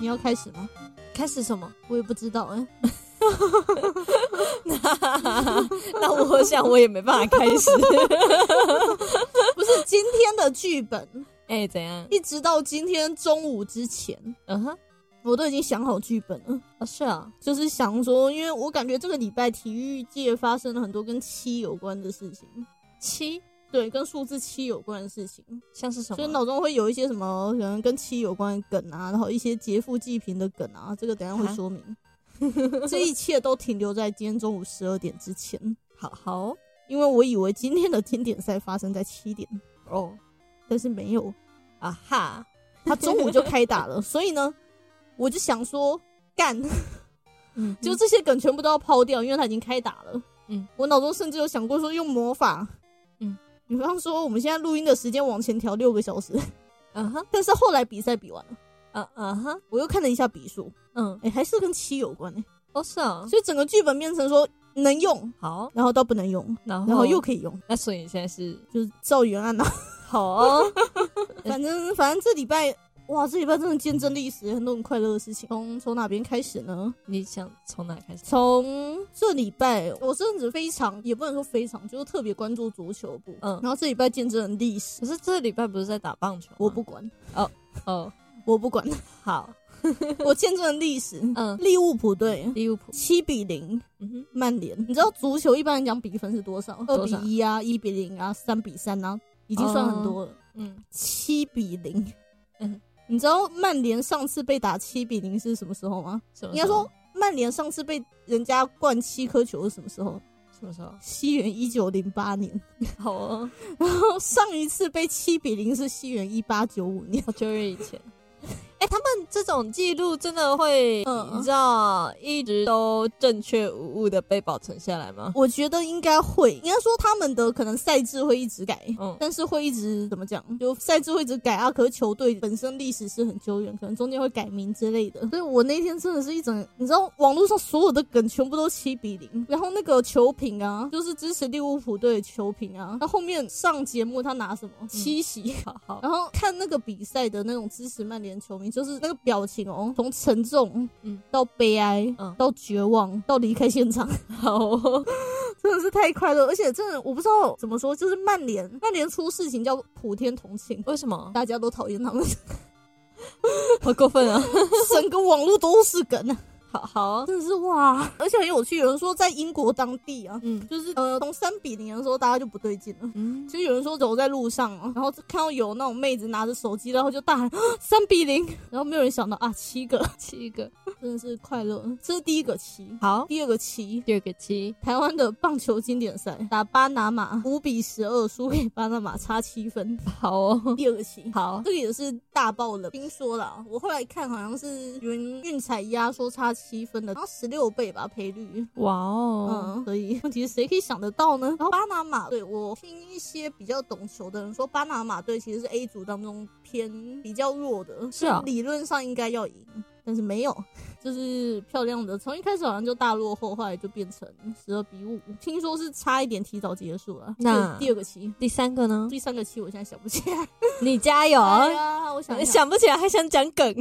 你要开始吗？开始什么？我也不知道嗯哎、那 那我想我也没办法开始。 不是今天的剧本，哎、怎样？一直到今天中午之前，嗯哼，我都已经想好剧本了。哦是啊，就是想说，因为我感觉这个礼拜体育界发生了很多跟七有关的事情，七对，跟数字七有关的事情，像是什所以么？脑中会有一些什么可能跟七有关的梗啊，然后一些劫富济贫的梗啊，这个等一下会说 明。这一切都停留在今天中午十二点之前，好好因为我以为今天的经典赛发生在七点，哦，但是没 有，啊哈，他中午就开打了，所以呢，我就想说干，嗯，就这些梗全部都要抛掉，因为他已经开打了。嗯，我脑中甚至有想过说用魔法，嗯，比方说我们现在录音的时间往前调六个小时，嗯哼，但是后来比赛比完了，啊啊哈，我又看了一下笔数，嗯，哎、还是跟七有关哎、哦是啊，所以整个剧本变成说能用，好，然后到不能用，然后然后又可以用，那所以你现在是就是照原案啊。 好哦，反正反正这礼拜。哇，这礼拜真的见证历史，很多很快乐的事情。从从哪边开始呢？你想从哪开始？从这礼拜，我甚至非常也不能说非常，就是特别关注足球部。嗯然后这礼拜见证了历史，可是这礼拜不是在打棒球吗？我不管，哦，我不管，好，我见证了历史。嗯，利物浦队利物浦，七比零嗯哼，曼联，你知道足球一般来讲比分是多少？二多比少一啊，一比零啊，三比三啊，已经算很多了。嗯，七、比零，嗯你知道曼联上次被打七比零是什么时候吗？什么应时该候？说曼联上次被人家灌七颗球是什么时候？什么时候？西元一九零八年。 好哦，然后上一次被七比零是西元一八九五年，好久以前。哎、他们这种记录真的会，嗯你知道，一直都正确无误的被保存下来吗？我觉得应该会，应该说他们的可能赛制会一直改，嗯但是会一直怎么讲，就赛制会一直改啊。可是球队本身历史是很久远，可能中间会改名之类的。所以我那天真的是一整，你知道，网络上所有的梗全部都七比零，然后那个球评啊，就是支持利物浦队的球评啊，他后面上节目他拿什么七喜。好好，然后看那个比赛的那种支持曼联球迷，就是那个表情哦，从沉重，嗯到悲哀，嗯到绝望，到离开现 场，好哦，真的是太快乐。而且真的，我不知道怎么说，就是曼联，曼联出事情叫普天同庆，为什么？大家都讨厌他们， 好过分啊！整个网络都是梗啊，好哦好，真的是哇！而且很有趣，有人说在英国当地啊，嗯就是呃，从三比零的时候，大家就不对劲了。嗯，其实有人说走在路上啊，然后就看到有那种妹子拿着手机，然后就大喊啊三比零，然后没有人想到啊，七个， 七个，真的是快乐。这是第一个棋，好，第二个棋，第二个七，台湾的棒球经典赛打巴拿马，五比十二输给巴拿马，差七分。好哦，第二个棋。好，这个也是大爆冷，听说啦，我后来看好像是云运彩压缩差七分的，然后十六倍吧赔率，哇哦，嗯，所以问题是谁可以想得到呢？然后巴拿马队，我听一些比较懂球的人说，巴拿马队其实是 A 组当中偏比较弱的，是啊理论上应该要赢，但是没有， 就是漂亮的，从一开始好像就大落后，后来就变成十二比五，听说是差一点提早结束了。那这是第二个期，第三个呢？第三个期我现在想不起来。 你加油！哎呀，我想一想，想不起来还想讲梗，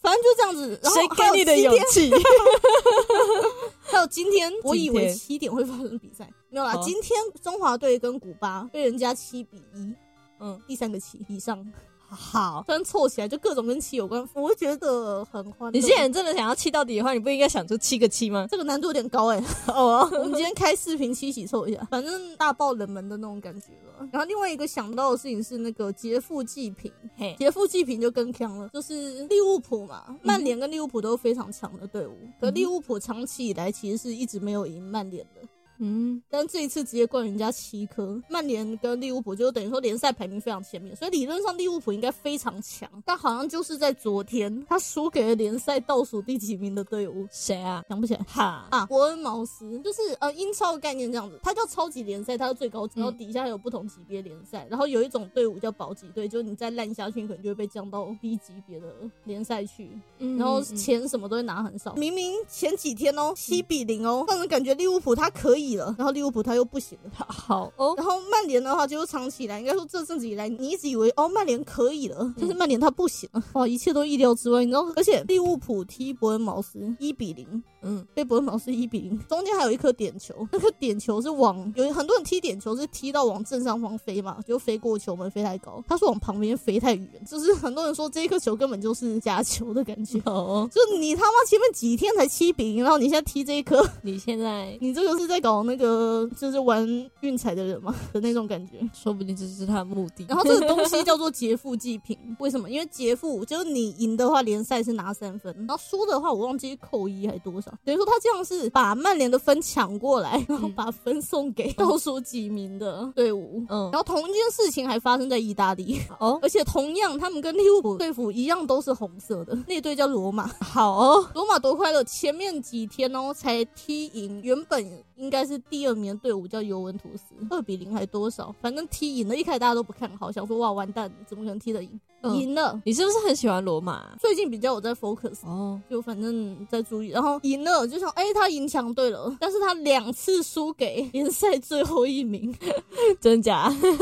反正就这样子。然后谁给你的勇还有今天气？ 还有今天，我以为今天七点会发生比赛，没有啦。哦今天中华队跟古巴被人家七比一， 嗯，第三个七以上，好，虽然凑起来就各种跟七有关，我会觉得很欢乐。你既然真的想要七到底的话，你不应该想出七个七吗？这个难度有点高 哎、哦，我们今天开视频七喜凑一下，反正大爆冷门的那种感觉了。然后另外一个想到的事情是那个劫富济贫，嘿，劫富济贫就更强了，就是利物浦嗯嘛，曼联跟利物浦都是非常强的队伍，可利物浦长期以来其实是一直没有赢曼联的。嗯，但这一次直接灌人家七颗，曼联跟利物浦就等于说联赛排名非常前面，所以理论上利物浦应该非常强，但好像就是在昨天他输给了联赛倒数第几名的队伍，谁啊？想不起来。哈，啊，伯恩茅斯就是呃英超的概念这样子，它叫超级联赛，它是最高级，然后嗯底下有不同级别联赛，然后有一种队伍叫保级队，就是你再烂下去，你可能就会被降到低级别的联赛去，嗯然后嗯嗯嗯钱什么都会拿很少。明明前几天哦，七比零哦，让人感觉利物浦他可以意了，然后利物浦他又不行了。好哦，然后曼联的话，就是长期以来，应该说这阵子以来，你一直以为哦曼联可以了，嗯但是曼联他不行了，哇，一切都意料之外，你知道？而且利物浦踢伯恩茅斯一比零，嗯，被伯恩茅斯一比零，中间还有一颗点球，那颗点球是往有很多人踢点球是踢到往正上方飞嘛，就飞过球门飞太高，他是往旁边飞太远，就是很多人说这一颗球根本就是假球的感觉。好哦，就是你他妈前面几天才七比零，然后你现在踢这一颗，你现在你这个是在搞那个就是玩运彩的人吗的那种感觉？说不定这是他的目的。 然后这个东西叫做劫富济贫，为什么？因为劫富就是你赢的话，联赛是拿三分，然后输的话，我忘记是扣一还多少。等于说他这样是把曼联的分抢过来，然后把分送 给倒数几名的队伍。嗯然，后同一件事情还发生在意大利，哦，而且同样他们跟利物浦队服一样都是红色的，那队叫罗马。好哦，罗马多快乐！前面几天哦，才踢赢原本应该是第二名的队伍，叫尤文图斯，二比零还多少？反正踢赢了。一开始大家都不看好，想说哇完蛋，怎么可能踢得赢？嗯赢了。你是不是很喜欢罗马？最近比较有在 focus，哦，就反正在注意，然后赢了就想，哎、他赢强队了，但是他两次输给联赛最后一名， 真假？那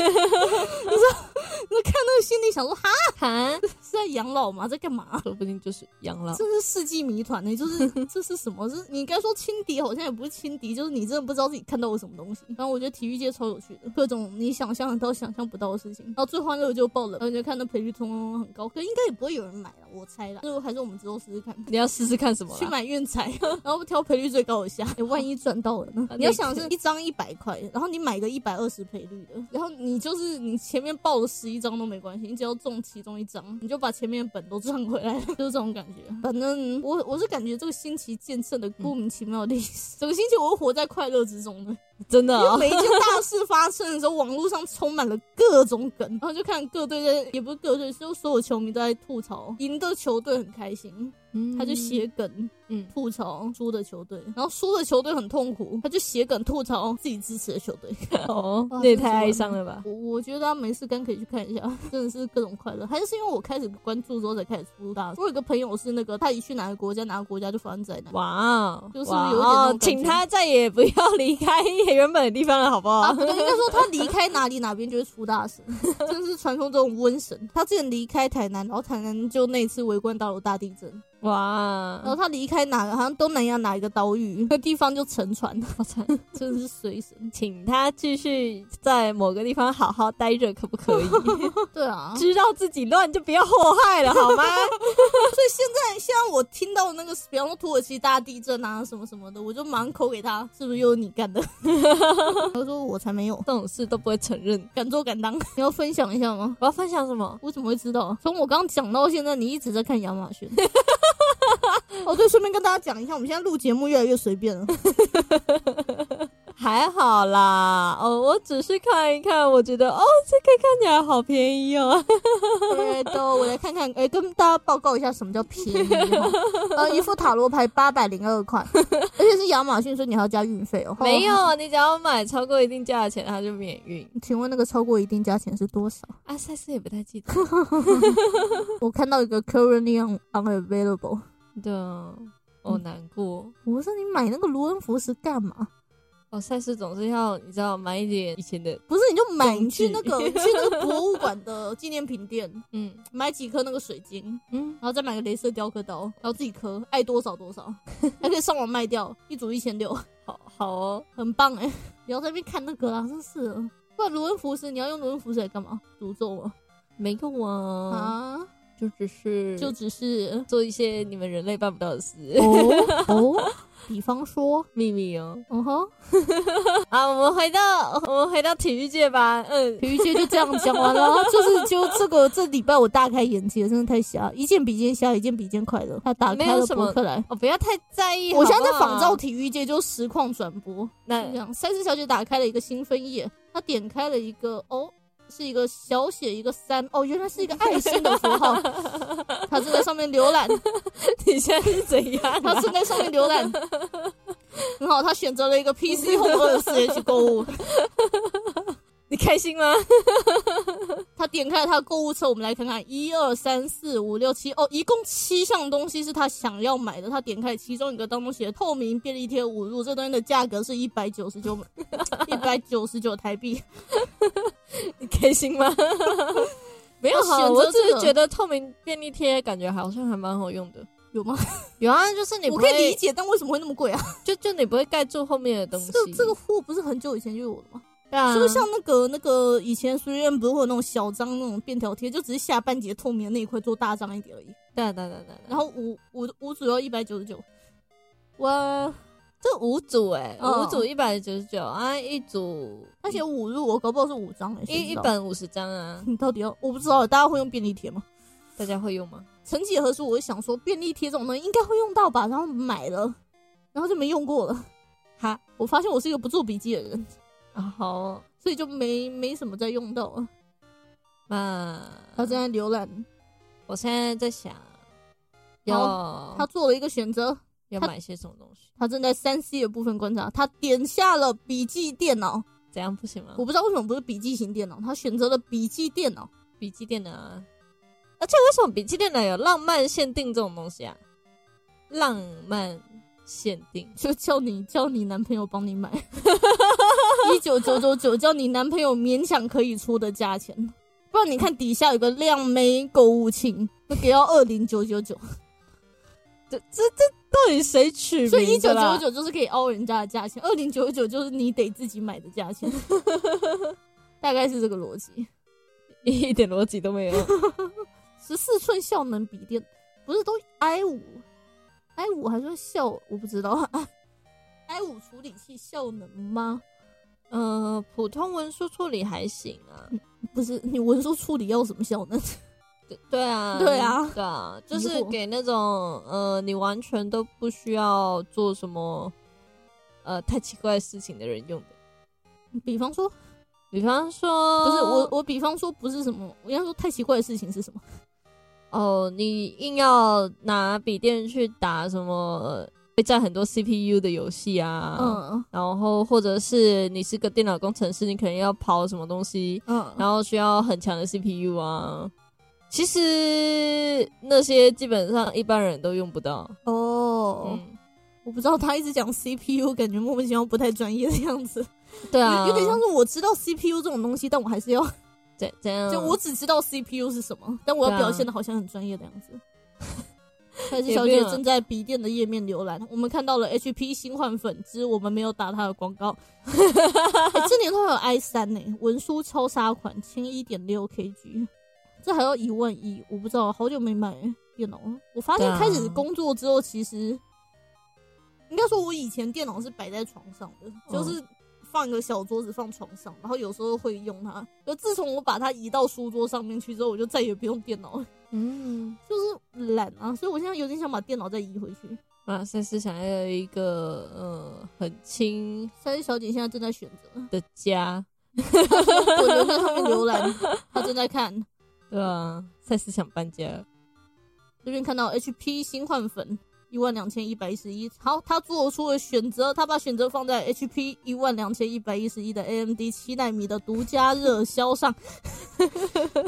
看那个心里想说，哈，哈，是在养老吗？在干嘛？ 说不定就是养老。这是世纪谜团呢、就是这是什么？是你该说轻敌，好像也不是轻敌，就是你真的不知道自己看到了什么东西。反正我觉得体育界超有趣的，各种你想象得到、想象不到的事情。然后最欢乐的就爆冷，然后你就看那赔率通通很高，可应该也不会有人买了，我猜啦。就还是我们之后试试看。你要试试看什么啦？去买运彩，然后挑赔率最高的 下，欸万一赚到了呢？你要想是一张一百块，然后你买个一百二十赔率的，然后你就是你前面报了十一张都没关系，你只要中其中一张，你就把前面的本都赚回来， 就是这种感觉。反正我我是感觉这个星期见证了莫名其妙的历 史，整个星期我都活在快乐之中的。真的 因为哦，每一件大事发生的时候，网络上充满了各种梗，然后就看各队在，也不是各队，就所有球迷都在吐槽，赢的球队很开心，嗯他就写梗，嗯吐槽输的球队，然后输的球队很痛苦，他就写梗吐槽自己支持的球队。哦哇， 那也真的太是哀完伤了吧？我我觉得他没事干可以去看一下，真的是各种快乐。还是因为我开始关注之后才开始出大。我有个朋友是那个，他一去哪个国家，哪个国家就发生灾难。哇哦，就是哇有一点那哦种，感请觉他再也不要离开原本的地方了，好不啊，好？不对，应该说他离开哪里哪边就会出大事，真的是传说中的瘟神。他之前离开台南，然后台南就那一次围观大楼大地震，然后 哇，哦他离开哪个好像东南亚哪一个岛屿，那地方就沉船，好惨！ 真的是随神。请他继续在某个地方好好待着，可不 可以？对啊，知道自己乱就不要祸害了，好吗？ 所以现在现在我听到那个，比方说土耳其大地震啊什么什么的，我就马上扣给他，是不是又是你 干的？他说我才没有，这种事都不会承认。敢做敢当。你要分享一下吗？我要分享什么？ 我怎么会知道？从我刚刚讲到现在，你一直在看亚马 逊。哦，对，顺便跟大家讲一下，我们现在录节目越来越随便了。还好啦，哦，我只是看一看，我觉得哦，这个看起来好便宜哦。对的，我来看看，哎、跟大家报告一下什么叫便宜 哈。呃，一副塔罗牌八百零二块，而且是亚马逊，所以你还要加运费哦。 没有，你只要买超过一定价钱，它就免运。请问那个超过一定价钱是多少？阿塞斯也不太记得。我看到一个 currently un- unavailable。对啊，哦，嗯难过。我说你买那个卢恩符石干嘛？哦，赛事总是要你知道买一点以前的，不是，你就买，工你去具那个你去那个博物馆的纪念品店 嗯买几颗那个水晶，嗯，然后再买个镭射雕刻刀，然后自己刻，爱多少多少， 还可以上网卖掉，一组一千六，好好哦，很棒 哎、不要在那边看那个啊啦，真是的。不然卢恩符石，你要用卢恩符石来干嘛？诅咒我、没用啊，啊？就只是就就只是做一些你们人类办不到的事，哦哦， 比方说，秘密哦。 嗯哼，啊，我们回到我们回到体育界吧，嗯，体育界就这样讲 完了，就是就这个这礼拜我大开眼界，真的太瞎，一件比一件瞎，一件比一件快乐。他打没开有了什么博客来，哦，不要太在意。啊我现在好在不好仿照体啊育界，就实况转播。那这样，赛事小姐打开了一个新分页，她点开了一个哦，是一个小写一个三，哦，原来是一个爱心的符 号，她正在上面浏览， 你现在是怎样、 她啊？正在上面浏 览。很好，她选择了一个 PC Home 二十 H 购物，你开心吗？他点开了他的购物车，我们来看看，一二三四五六七，哦，一共七项东西是他想要买的。他点开其中一个当中写的透明便利贴五入，这东西的价格是一百九十九，一百九十九台币。你开心 吗？没有选好，择我只这是个觉得透明便利贴感觉好像还蛮好用的。有吗？有啊，就是你不我会可以理解，但为什么会那么贵啊？就就你不会盖住后面的东西。这这个货不是很久以前就有了吗？对啊，是不是像那个那个以前随便不是会有那种小张那种便条贴，就只是下半截透明的那一块做大张一点而已。对啊对啊对啊对啊，然后五五五组要一百九十九，我这五组哎、嗯五组一百九十九啊，一组他写五入，我搞不好是五张哎、谁一知一道。本五十张啊，你到底要？我不知道，大家会用便利贴吗？大家会用吗？曾几何时，我就想说便利贴这种东西应该会用到吧，然后买了，然后就没用过了。哈我发现我是一个不做笔记的人，啊好哦，所以就没没什么再用到了。那他正在浏览，我现在在想要他做了一个选择，要他买些什么东西，他正在三 C 的部分观察，他点下了笔记电脑。怎样不行吗我？不知道为什么不是笔记型电脑，他选择了笔记电脑。笔记电脑啊，而且为什么笔记电脑有浪漫限定这种东西啊？浪漫限定，就叫你叫你男朋友帮你买，一九九九九，叫你男朋友勉强可以出的价钱。不然你看底下有个靓妹购物庆，那给到二零九九九，这这这到底谁取名所以一九的啦九九就是可以凹人家的价钱，二零九九就是你得自己买的价钱， 大概是这个逻辑。 一点逻辑都没有。十四寸效能笔电不是都 i 五，i 五还是效我不知道 i 五处理器效能吗？ 呃，普通文书处理还行啊。不是你文书处理要什么效能？对对啊，对啊对啊，就迷是惑给那种呃，你完全都不需要做什么呃太奇怪的事情的人用的。比方说，比方说，不是我，我比方说不是什么，我应该说太奇怪的事情是什么？哦，你硬要拿笔电去打什么、呃会占很多 CPU 的游戏啊，，嗯然后或者是你是个电脑工程师，你可能要跑什么东西，嗯，然后需要很强的 CPU 啊。其实那些基本上一般人都用不到。哦，嗯，我不知道他一直讲 CPU，感觉莫名其妙不太专业的样子，对啊，有有点像是我知道 CPU 这种东西，但我还是要，怎怎样？就我只知道 CPU 是什么，但我要对啊表现的好像很专业的样子。但是啊也小没姐有正在笔电的页面浏览，我们看到了 HP 新换粉之，我们没有打它的广 告。欸、这年头还有 i 三呢、文书超杀款，千一点六 KG，这还要一万一，我不知道，好久没买电脑了。我发现对啊开始工作之后，其实应该说，我以前电脑是摆在床上的，就是放一个小桌子放床上，然后有时候会用它。就自从我把它移到书桌上面去之后，我就再也不用电脑了，嗯 就是懒啊。所以我现在有点想把电脑再移回去。马赛斯啊想要一个呃很轻三小姐现在正在选 择，的家，我留在上面浏览，她正在看。对啊，赛斯想搬家，这边看到 HP 新换粉一万两千一百一十一，好，他做出了选择，他把选择放在 HP 一万两千一百一十一的 AMD 七纳米的独家热销上。这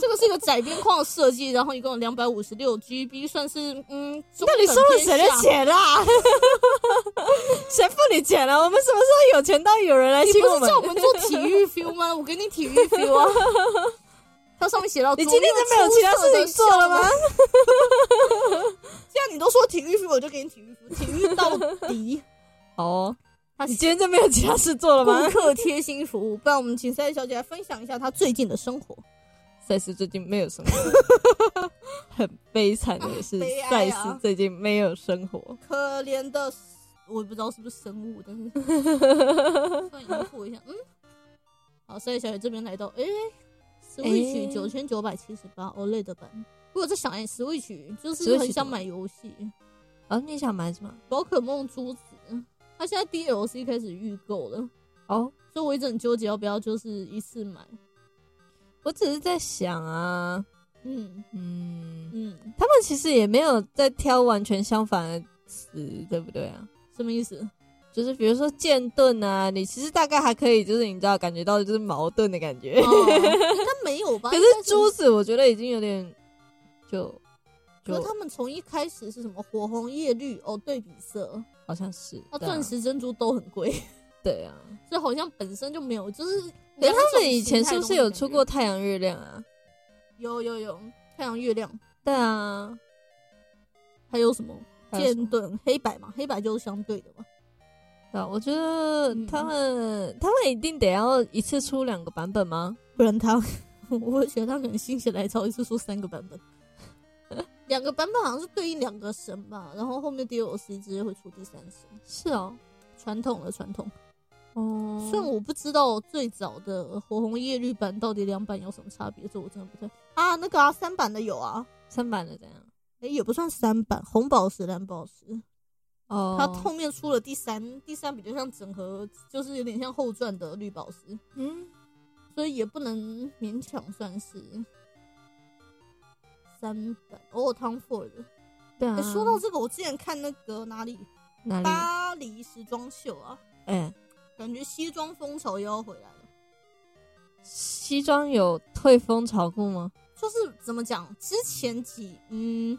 个是一个窄边框设计，然后一共有两百五十六 GB，算是嗯，中到底收了谁等的偏下？钱啊？ 谁付你钱啊了、我们什么时候有钱到有人来你请不们是？叫我们做体育 feel 吗？我给你体育 feel 啊。它上面写到，你今天就没有其他事情做了吗？既然你都说体育 feel，我就给你体育 feel，体育到底。哦，他你今天就没有其他事做了吗顾？客贴心服务。不然我们请三位小姐来分享一下她最近的生活。赛斯最近没有生活， 很悲惨的是悲，哀赛啊斯最近没有生活。可怜的，我也不知道是不是生物，但 是算疑惑一下。嗯，好，三位小姐这边来到，诶 s w i t c h 九千九百七十八 OLED 版。不过在想，哎，Switch 就是很想买游戏，哦，你想买什么？宝可梦珠子，它现在 DLC 开始预购了，哦，所以我一直很纠结要不要就是一次买。我只是在想啊，嗯嗯，嗯，他们其实也没有在挑完全相反的词，对不对啊？什么意思？就是比如说剑盾啊，你其实大概还可以，就是你知道感觉到就是矛盾的感 觉。哦但没有吧？可是应该珠子，我觉得已经有点就可就是他们从一开始是什么火红叶绿哦，对比色，好像是哦，对啊钻石珍珠都很贵， 对啊。所以好像本身就没有，就是可是两他种们以前形态是不都是有有感出觉过太阳月亮啊？有有有太阳月亮，对啊，还有什么还有什剑么盾黑白嘛，黑白就是相对的嘛。对啊，我觉得嗯他们、他们一定得要一次出两个版本吗？不然他， 我会觉得他可能心血来潮一次出三个版本，两个版本好像是对应两个神吧，然后后面 DLC 直接会出第三神，是哦，传统的传统。哦，虽然我不知道最早的火红叶绿版到底两版有什么差别，这我真的不太啊。那个啊，三版的有啊，三版的怎样？诶，也不算三版，红宝石、蓝宝石，哦，它后面出了第三，第三比较像整合，就是有点像后传的绿宝石，嗯，所以也不能勉强算是三版。哦，汤 Ford 的。对啊。欸说到这个，我之前看那个哪里哪里？巴黎时装秀啊，哎、感觉西装风潮又要回来了。西装有退风潮过吗？就是怎么讲，之前几嗯，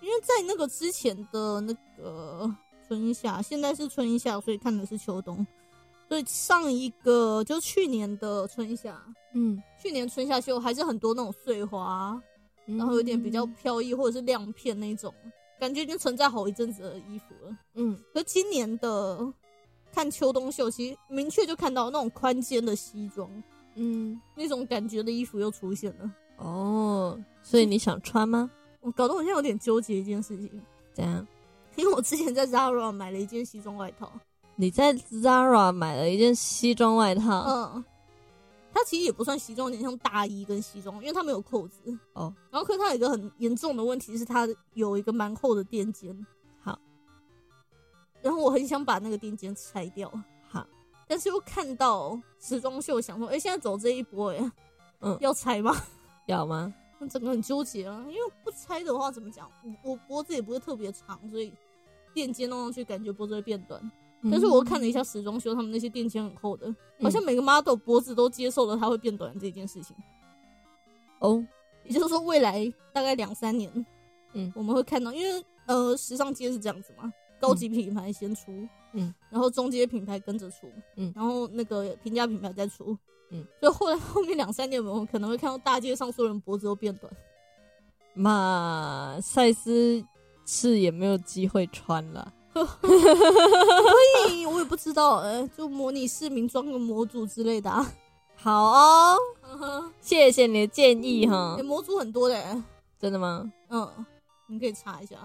因为在那个之前的那个春夏，现在是春夏，所以看的是秋冬。所以上一个就去年的春夏，嗯，去年春夏秀还是很多那种碎花啊，然后有点比较飘逸或者是亮片那种，感觉已经存在好一阵子的衣服了。嗯可今年的看秋冬秀，其实明确就看到那种宽肩的西装，嗯那种感觉的衣服又出现了。哦，所以嗯你想穿吗？我搞得我现在有点纠结一件事情，怎样？因为我之前在 Zara 买了一件西装外套，你在 Zara 买了一件西装外套，嗯，它其实也不算西装，有点像大衣跟西装，因为它没有扣子。哦，然后可是它有一个很严重的问题是，它有一个蛮厚的垫肩。好，然后我很想把那个垫肩拆掉，好，但是又看到时装秀，想说，哎、现在走这一波、哎，嗯要拆吗？要吗？那整个很纠结啊，因为不拆的话怎么讲？我我脖子也不会特别长，所以垫肩弄上去感觉脖子会变短。但是嗯我又看了一下时装秀，他们那些垫肩很厚的，好像每个 model 脖子都接受了它会变短这件事情。哦，也就是说，未来大概两三年，嗯我们会看到，因为呃，时尚街是这样子嘛，高级品牌先出，嗯，然后中阶品牌跟着出，嗯然后那个平价品牌再出，嗯，所以后来后面两三年，我们可能会看到大街上所有人脖子都变短。嘛，赛斯是也没有机会穿了。所以我也不知道，呃，就模拟市民装个模组之类的啊。好哦，嗯哼，谢谢你的建议哈欸，模组很多的、欸，真的吗？嗯，你可以查一下，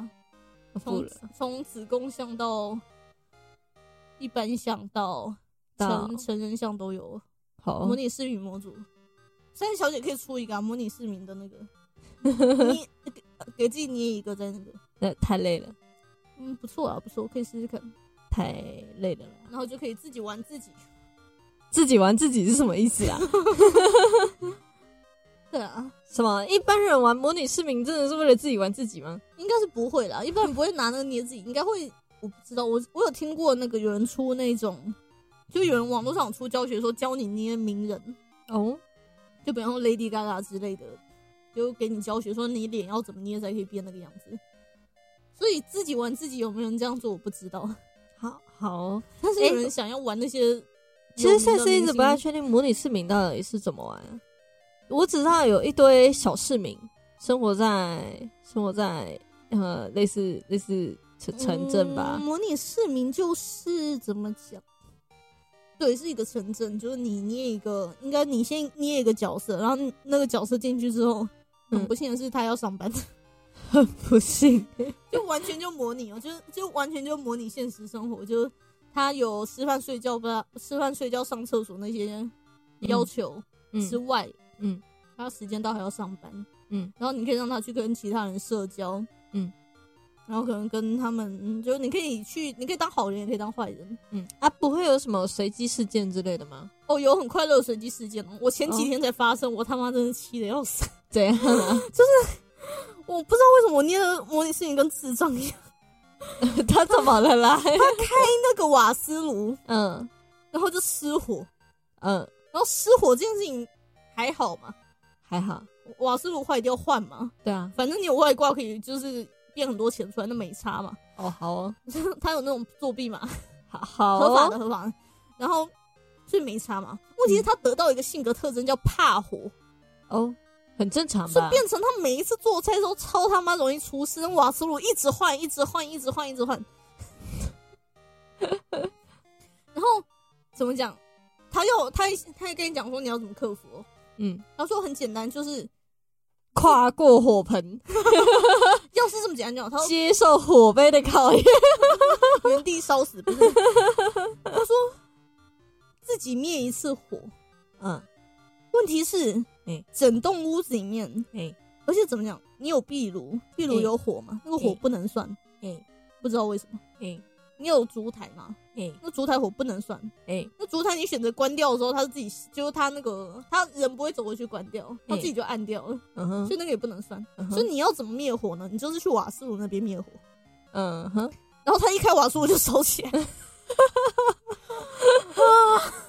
我付从了，从子宫像到一般像到到成成人像都有，好哦模，拟市民模组。三十小姐可以出一个、啊、模拟市民的那 个，捏给给自己捏一个在那个，那太累了，嗯，不错啊，不错，可以试试看，太累了啦。然后就可以自己玩自己。自己玩自己是什么意思啊？ 对啊，什么？一般人玩模拟市民真的是为了自己玩自己吗？应该是不会啦，一般人不会拿那个捏自己，应该会，我不知道，我我有听过那个有人出那种，就有人网络上有出教学说教你捏名人，哦，就比方说 Lady Gaga 之类的，就给你教学说你脸要怎么捏才可以变那个样子。所以自己玩自己有没有人这样做我不知道，好好哦，但是有人想要玩那些，其实赛斯一直不太确定模拟市民到底是怎么玩啊。我只知道有一堆小市民生活在生活在呃类似类似城城镇吧嗯。模拟市民就是怎么讲？对，是一个城镇，就是你捏一个，应该你先捏一个角色，然后那个角色进去之后，很嗯不幸的是他要上班， 很 不幸，就完全就模拟哦，就是就完全就模拟现实生活，就是他有吃饭睡觉不吃饭睡觉上厕所那些要求之嗯外，嗯他时间到还要上班，嗯，然后你可以让他去跟其他人社交，嗯，然后可能跟他们，嗯就是你可以去，你可以当好人，也可以当坏人。嗯啊，不会有什么随机事件之类的吗？哦，有很快乐的随机事件哦，我前几哦天才发生，我他妈真是气的要死， 怎样啊？我不知道为什么我捏的模拟事情跟智障一样，他怎么了啦？那个瓦斯炉，嗯然后就失火，嗯，然后失火这件事情还好嘛，还好，瓦斯炉坏掉换嘛，对啊，反正你有外挂可以就是变很多钱出来，那没差嘛。哦，好哦，他有那种作弊嘛，好好合法的哦，合法的，然后所以没差嘛。问题是他得到一个性格特征叫怕火，哦，很正常所以吧？变成他每一次做菜都超他妈容易出事，那瓦斯炉一直换，一直换，一直换，一直换。然后怎么讲？他又他他也跟你讲说你要怎么克服、哦，嗯，他说很简单，就是跨过火盆，要是这么简单就好。他说接受火杯的考验。原地烧死，不是？ 他说自己灭一次火，嗯，问题是，嗯整栋屋子里面，哎而且怎么讲，你有壁炉，壁炉嗯有火嘛？那个火嗯不能算，哎不知道为什么。哎你有烛台嘛？哎那烛台火不能算，哎，那烛台你选择关掉的时候，他是自己，就是他那个他人不会走过去关掉，他自己就按掉了，嗯哼所，以那个也不能算。嗯所以哼，你要怎么灭火呢？你就是去瓦斯炉那边灭火，嗯哼，然后他一开瓦斯炉就烧起 来，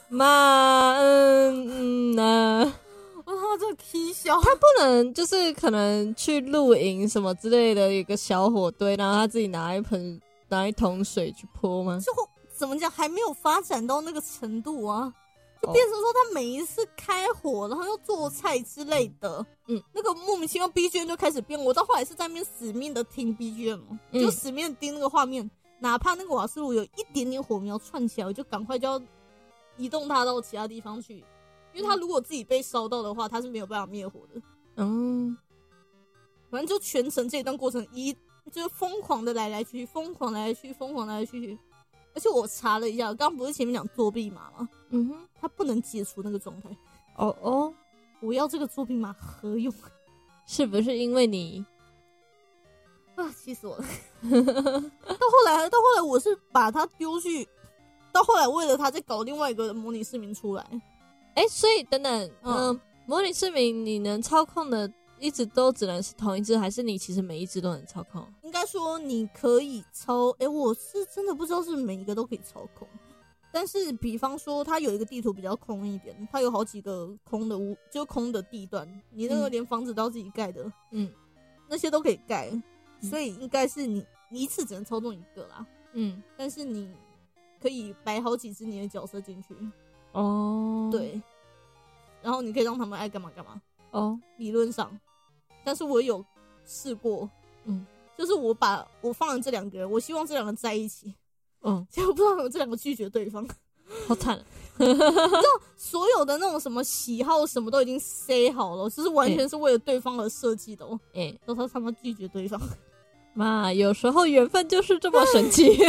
妈，嗯嗯呃，我他妈这踢笑。不能就是可能去露营什么之类的，有个小火堆，然后他自己拿一盆拿一桶水去泼吗？就怎么讲，还没有发展到那个程度啊，就哦变成说他每一次开火，然后又做菜之类的，嗯，那个莫名其妙 BGM 就开始变，我到后来是在那边死命的听 BGM，、嗯就死命地盯那个画面，哪怕那个瓦斯炉有一点点火苗窜起来，我就赶快就要移动它到其他地方去，因为它如果自己被烧到的话，它是没有办法灭火的。嗯，反正就全程这一段过程一就是疯狂的来来去去，疯狂来来去去，疯狂来来去去。而且我查了一下，刚刚不是前面讲作弊码吗？嗯哼，他不能解除那个状态。哦哦，我要这个作弊码何用是不是因为你？ 啊？气死我了！ 到后来，到后来我是把他丢去，到后来为了他再搞另外一个模拟市民出来。哎、所以等等，嗯、嗯模拟市民你能操控的一直都只能是同一只，还是你其实每一只都能操控？应该说你可以操，哎、我是真的不知道是每一个都可以操控。但是，比方说，它有一个地图比较空一点，它有好几个空的屋，就空的地段，你那个嗯连房子都要自己盖的，嗯，那些都可以盖，所以应该是你你一次只能操纵一个啦。嗯，但是你可以摆好几只你的角色进去，哦，，对，然后你可以让他们爱干嘛干嘛。哦，理论上，但是我有试过，嗯，就是我把我放了这两个人，我希望这两个在一起， 嗯，结果不知道为什么这两个拒绝对方， 好惨啊，所有的那种什么喜好什么都已经塞好了，就是完全是为了对方而设计的哦，哎、然后他他妈拒绝对方， 妈，有时候缘分就是这么神奇，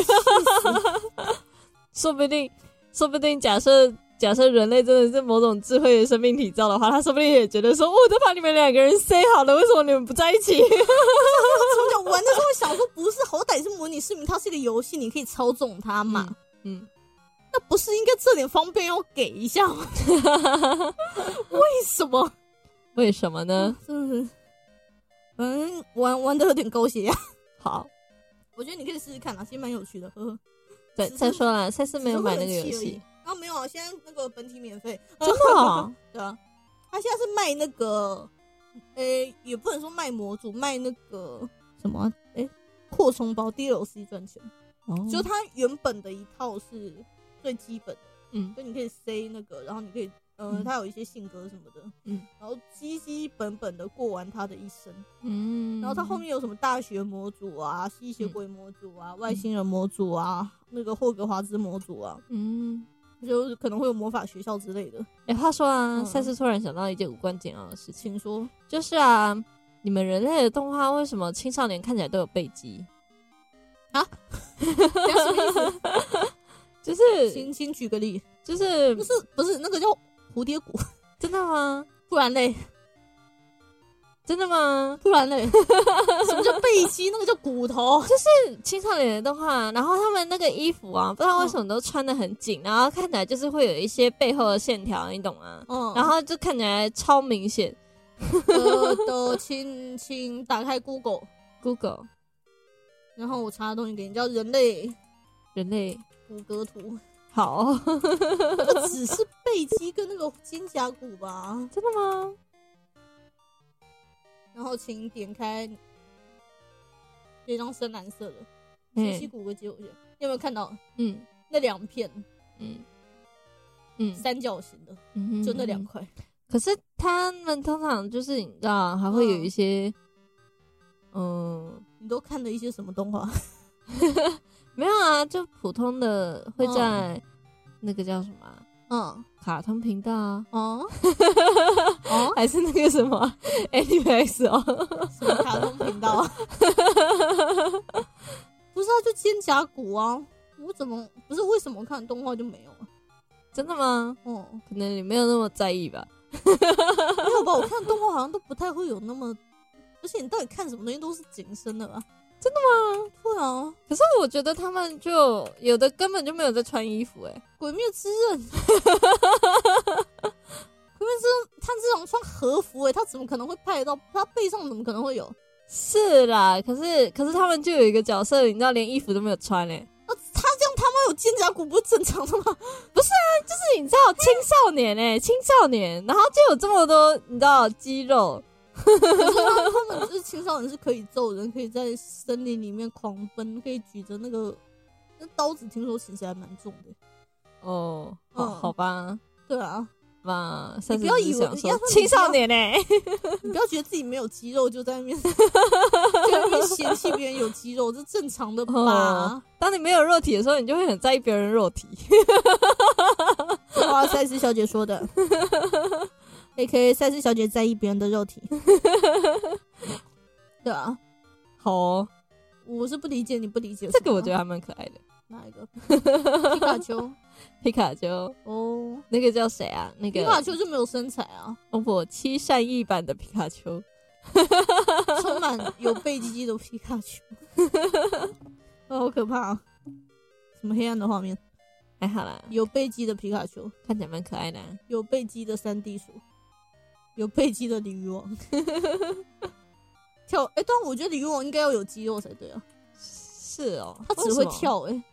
说不定，说不定假设假设人类真的是某种智慧的生命体造的话，他说不定也觉得说，哦我都把你们两个人塞好了，为什么你们不在一起？我就玩的时候想说，不是，好歹是模拟市民，它是一个游戏，你可以操纵它嘛，嗯，那不是应该这点方便要给一下吗？ 为什么？为什么呢？真嗯的是，反正玩玩的有点狗血压。 好， 我觉得你可以试试看啦，啊其实蛮有趣的，呵呵。再只是再说了，赛斯没有买那个游只是会很气戏，而已。啊，没有啊，现在那个本体免费， 真的哦、 对啊，他现在是卖那个，呃、也不能说卖模组，卖那个什么啊，哎、扩充包 DLC 赚钱。哦就它原本的一套是最基本的，嗯就你可以塞那个，然后你可以，呃，嗯它有一些性格什么的，嗯，然后基基本本的过完他的一生。嗯，然后它后面有什么大学模组啊、吸血鬼模组啊、外星人模组啊、那个霍格华兹模组啊，嗯。就是可能会有魔法学校之类的。哎、话说啊，嗯赛斯突然想到一件无关紧要的事情，请说，就是啊，你们人类的动画为什么青少年看起来都有背肌？ 这样什么意就思？是 请请举个例，就是不是不是那个叫蝴蝶谷，真的吗？不然嘞， 真的吗？不然 嘞，什么叫背肌？那个叫骨 头。青少年的话，然后他们那个衣服啊，不知道为什么都穿的很紧，嗯然后看起来就是会有一些背后的线条，你懂吗？嗯，然后就看起来超明显。呃的的，请请打开 Google， Google，然后我查的东西给你叫人类人类骨骼图， 好， 这只是背肌跟那个肩胛骨吧。真的吗？然后请点开这张深蓝色的哎学习骨骼肌肉线，你有没有看到嗯那两片嗯嗯三角形的？嗯哼，就那两块，可是他们通常就是你知道，还会有一些，嗯，你都看了一些什么动画？没有啊，就普通的会在那个叫什么啊、嗯，卡通频道啊，哦， 哦，还是那个什么 Animax 哦，什么卡通频 道？不是啊，就肩胛骨啊。我怎么不是为什么看动画就没有啊？真的吗？哦，可能你没有那么在意吧。没有吧？我看动画好像都不太会有那么，而且你到底看什么东西都是紧身的吧？真的吗？对啊，可是我觉得他们就有的根本就没有在穿衣服、欸，哎， 《鬼灭之刃》。 鬼灭之刃，他这种穿和服欸诶、他怎么可能会拍得到？他背上怎么可能会有？呃是啦。可是可是他们就有一个角色，你知道连衣服都没有穿、欸，哎，那、他这样他妈有肩胛骨不是正常的吗？就是你知道青少年、欸，哎，青少年，然后就有这么多你知道肌肉，可是他他们就是青少年是可以揍人，可以在森林里面狂奔，可以举着那个那刀子，听说其实还蛮重的。哦，好、嗯好吧。对啊，嘛，三你十不要以为想你要说说你青不要少年呢、欸你不要觉得自己没有肌肉就在那边就在那边嫌弃别人有肌肉，这正常的吧？哦 当你没有肉体的时候，你就会很在意别人肉体。 这话赛斯小姐说的。A K A 赛斯小姐在意别人的肉体， 对啊，好、哦，我是不理解你不理解这个我觉得得还蛮可爱的。哪一个皮卡丘皮卡丘哦，那个叫谁啊？那皮卡个丘就没有身材啊，王婆七善意版的皮卡丘，充满有背肌肌的皮卡丘， 哦，好可怕、啊！什么黑暗的画面？还好啦，有背肌的皮卡丘，看起来蛮可爱的啊、有背肌的三 D 鼠，有背肌的鲤鱼王。 跳哎、但我觉得鲤鱼王应该要有肌肉才对啊，是哦，它只会为什么，跳哎、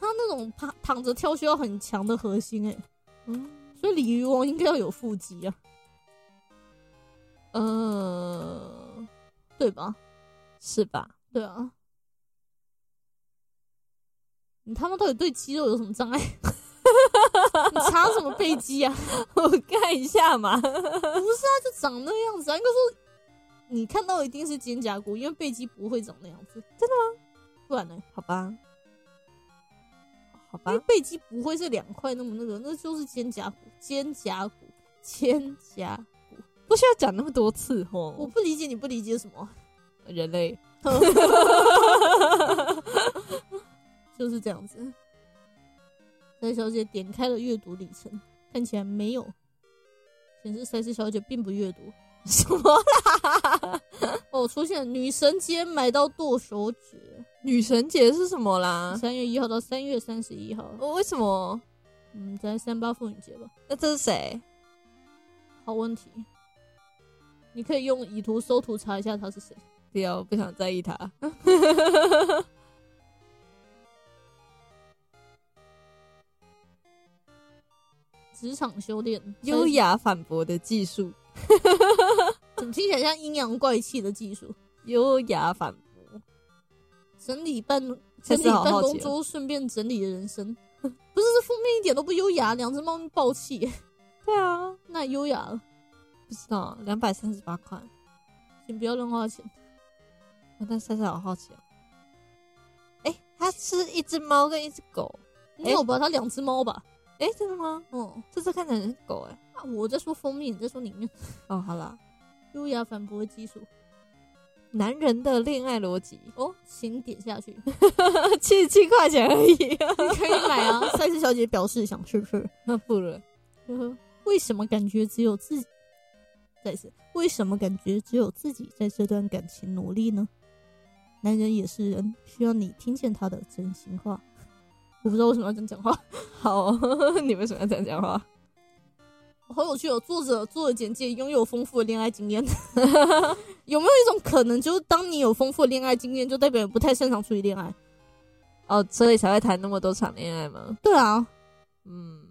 它那种趴躺着跳需要很强的核心哎、嗯所以鲤鱼王应该要有腹肌啊，呃，对吧？是吧？ 对啊。你他妈到底对肌肉有什么障碍？ 你查什么背肌啊？我看一下嘛，不是啊，就长那个样子啊。应该说你看到一定是肩胛骨，因为背肌不会长那样子。真的吗？不然呢？ 好吧，好因吧为，背肌不会是两块那么那个，那就是肩胛骨，肩胛骨，肩胛。不需要讲那么多次哦。我不理解你不理解什么，人类，就是这样子。赛小姐点开了阅读里程，看起来没有显示赛斯小姐并不阅读。 什么啦？哦，出现女神街买到剁手指，女神节是什么啦？三月一号到三月三十一号，我为什么？嗯，在三八妇女节吧。那这是谁？好问题，你可以用以图搜图查一下他是谁。不要，我不想在意他。职场修炼，优雅反驳的技术，怎么听起来像阴阳怪气的技术？优雅反驳。整理办这整理次好办好奇公桌，顺便整理人生， 不是这封面一点都不优雅，两只猫咪暴气， 对啊，那优雅了，不知道两百三十八块，请不要乱花钱。我但珊珊好好奇哦。哎、它是一只猫跟一只狗。没有吧？它两只猫吧？哎、真的吗？嗯，这只看起来很狗哎、啊，我在说封面，你在说里面。哦，好啦，优雅反驳技术男人的恋爱逻辑，哦，请点下 去， 七十七块钱而已、啊，你可以买啊。 赛斯小姐表示想试试。 那不了。嗯呵呵，为什么感觉只有自己？再一次，为什么感觉只有自己在这段感情努力呢？男人也是人，需要你听见他的真心话。我不知道为什么要这样讲话。哦 好，你为什么要这样讲话？好有趣哦！作者作者简介拥有丰富的恋爱经验， 有没有一种可能，就是当你有丰富的恋爱经验，就代表你不太擅长处理恋爱？哦，所以才会谈那么多场恋爱吗？对啊，嗯，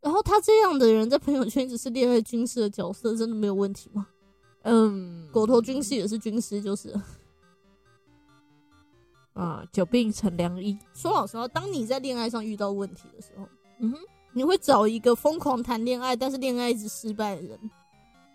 然后他这样的人在朋友圈只是恋爱军师的角色，真的没有问题吗？嗯，狗头军师也是军师，就是了啊，久病成良医。说老实话，当你在恋爱上遇到问题的时候，嗯哼，你会找一个疯狂谈恋爱但是恋爱一直失败的人，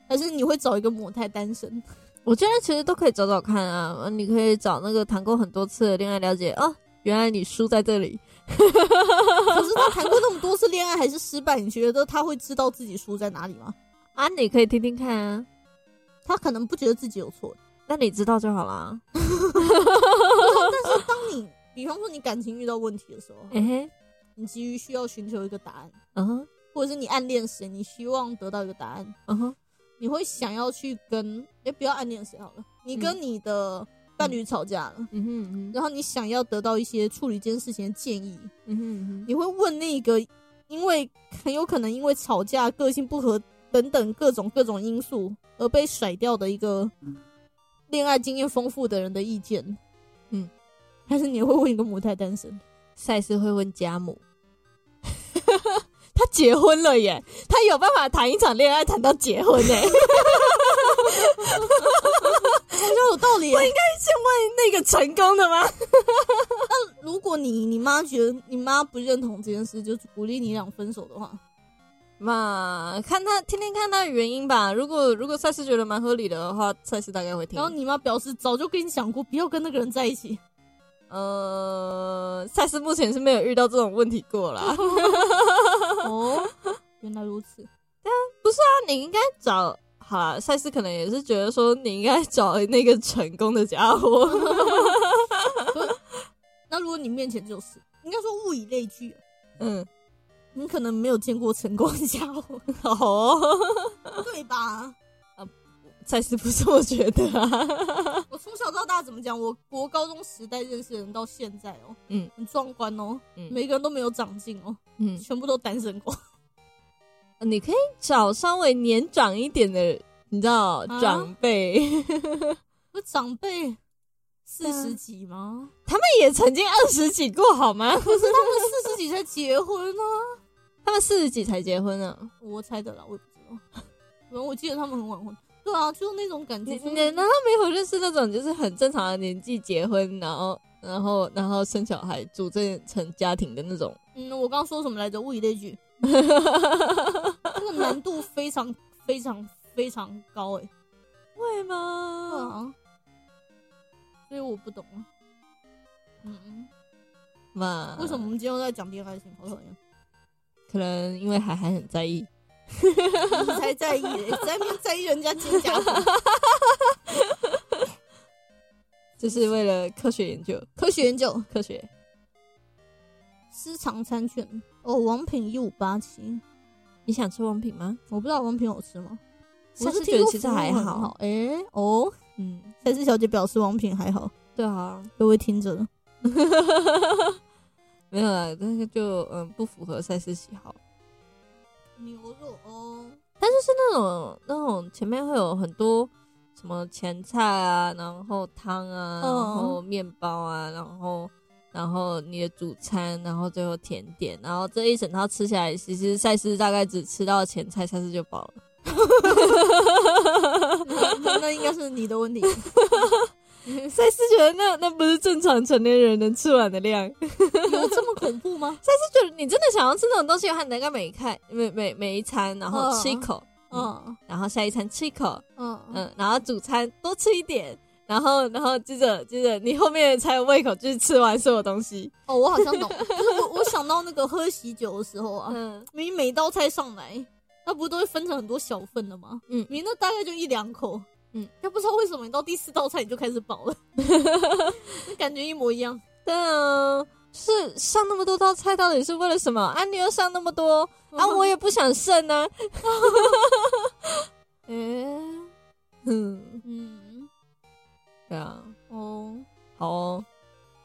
还是你会找一个母胎单身？ 我觉得其实都可以找找看啊，呃你可以找那个谈过很多次的恋爱了解哦，原来你输在这里。可是他谈过那么多次恋爱还是失败，你觉得他会知道自己输在哪里吗？啊，你可以听听看啊，他可能不觉得自己有错，那你知道就好啦。但是当你，比方说你感情遇到问题的时候，哎、嘿，你急于需要寻求一个答案，嗯哼，或者是你暗恋谁，你希望得到一个答案，嗯哼，你会想要去跟，也不要暗恋谁好了，你跟你的伴侣吵架了，嗯哼，嗯哼，然后你想要得到一些处理这件事情的建议，嗯哼，嗯哼你会问那个，因为很有可能因为吵架、个性不合等等各种各种因素而被甩掉的一个恋爱经验丰富的人的意见，嗯，还是你会问一个母胎单身？ 赛斯会问家母。 他结婚了耶！他有办法谈一场恋爱谈到结婚 耶！好像有道理耶。那个成功的吗？如果你你妈觉得你妈不认同这件事，就鼓励你俩分手的话， 嘛，看他听听看他的原因吧。如果如果赛斯觉得蛮合理的话，赛斯大概会听。然后你妈表示早就跟你讲过，不要跟那个人在一起。 呃，赛斯目前是没有遇到这种问题过啦。哦，原来如此。 那你应该找好啦，赛斯可能也是觉得说你应该找那个成功的家伙。那如果你面前就是，应该说物以类聚，啊 嗯，你可能没有见过成功的家伙，好哦，对 吧？ 赛斯不是这么觉得啊。我从小到大怎么讲？我国高中时代认识的人到现在哦，嗯，很壮观哦，嗯每个人都没有长进哦，嗯，全部都单身过。你可以找稍微年长一点的，你知道啊长辈，我长辈四十几吗？他们也曾经二十几过好吗？啊可是他们四十几才结婚啊， 他们四十几才结婚啊。我猜的啦，我也不知道。反正我记得他们很晚婚。对啊，就是那种感你觉。你难道没有认识那种就是很正常的年纪结婚，然后然后然后生小孩组建成家庭的那种？嗯，我刚刚说什么来着？物以类 聚，这个难度非常非常非常高哎、欸。会对吗？啊，所以我不懂啊。嗯，嘛，为什么我们今天又在讲恋爱情？好讨 厌！可能因为海涵很在意。你才在意、欸，在那边在意人家金家婚。这是为了科学研究，科学研究，科学私藏餐券哦，王品一五八七，你想吃王品吗？我不知道王品好吃吗？我我是是觉听得说其实服务还很好，哎、哦，嗯，赛斯小姐表示王品还好，对啊，各位听着了。 没有啦，那个就嗯不符合赛事喜好，牛肉哦，但就是那种那种前面会有很多什么前菜啊，然后汤啊，然嗯后面包啊，然后然后你的主餐，然后最后甜点，然后这一整套吃下来，其实赛事大概只吃到前菜，赛事就饱了。 那那应该是你的 问题。赛斯觉得那那不是正常成年人能吃完的量。赛有这么恐怖 吗？斯觉得你真的想要吃那种东西的话，你大概每一看每每每一餐，然后嗯吃一口，嗯然后下一餐吃一口，嗯嗯，嗯，然后主餐多吃一点，然后然后接着接着你后面才有胃口，就是吃完所有东西。哦，我好像懂，就是我我想到那个喝喜酒的时候啊，嗯，明明每道菜上来，它不都会分成很多小份的吗？嗯明明那大概就一两口，嗯，但不知道为什么你到第四道菜你就开始 饱了，那感觉一模一样。对啊，就是上那么多道菜到底是为了什么？啊，你又上那么多，啊，我也不想剩啊。 嗯嗯，嗯对啊，哦好哦。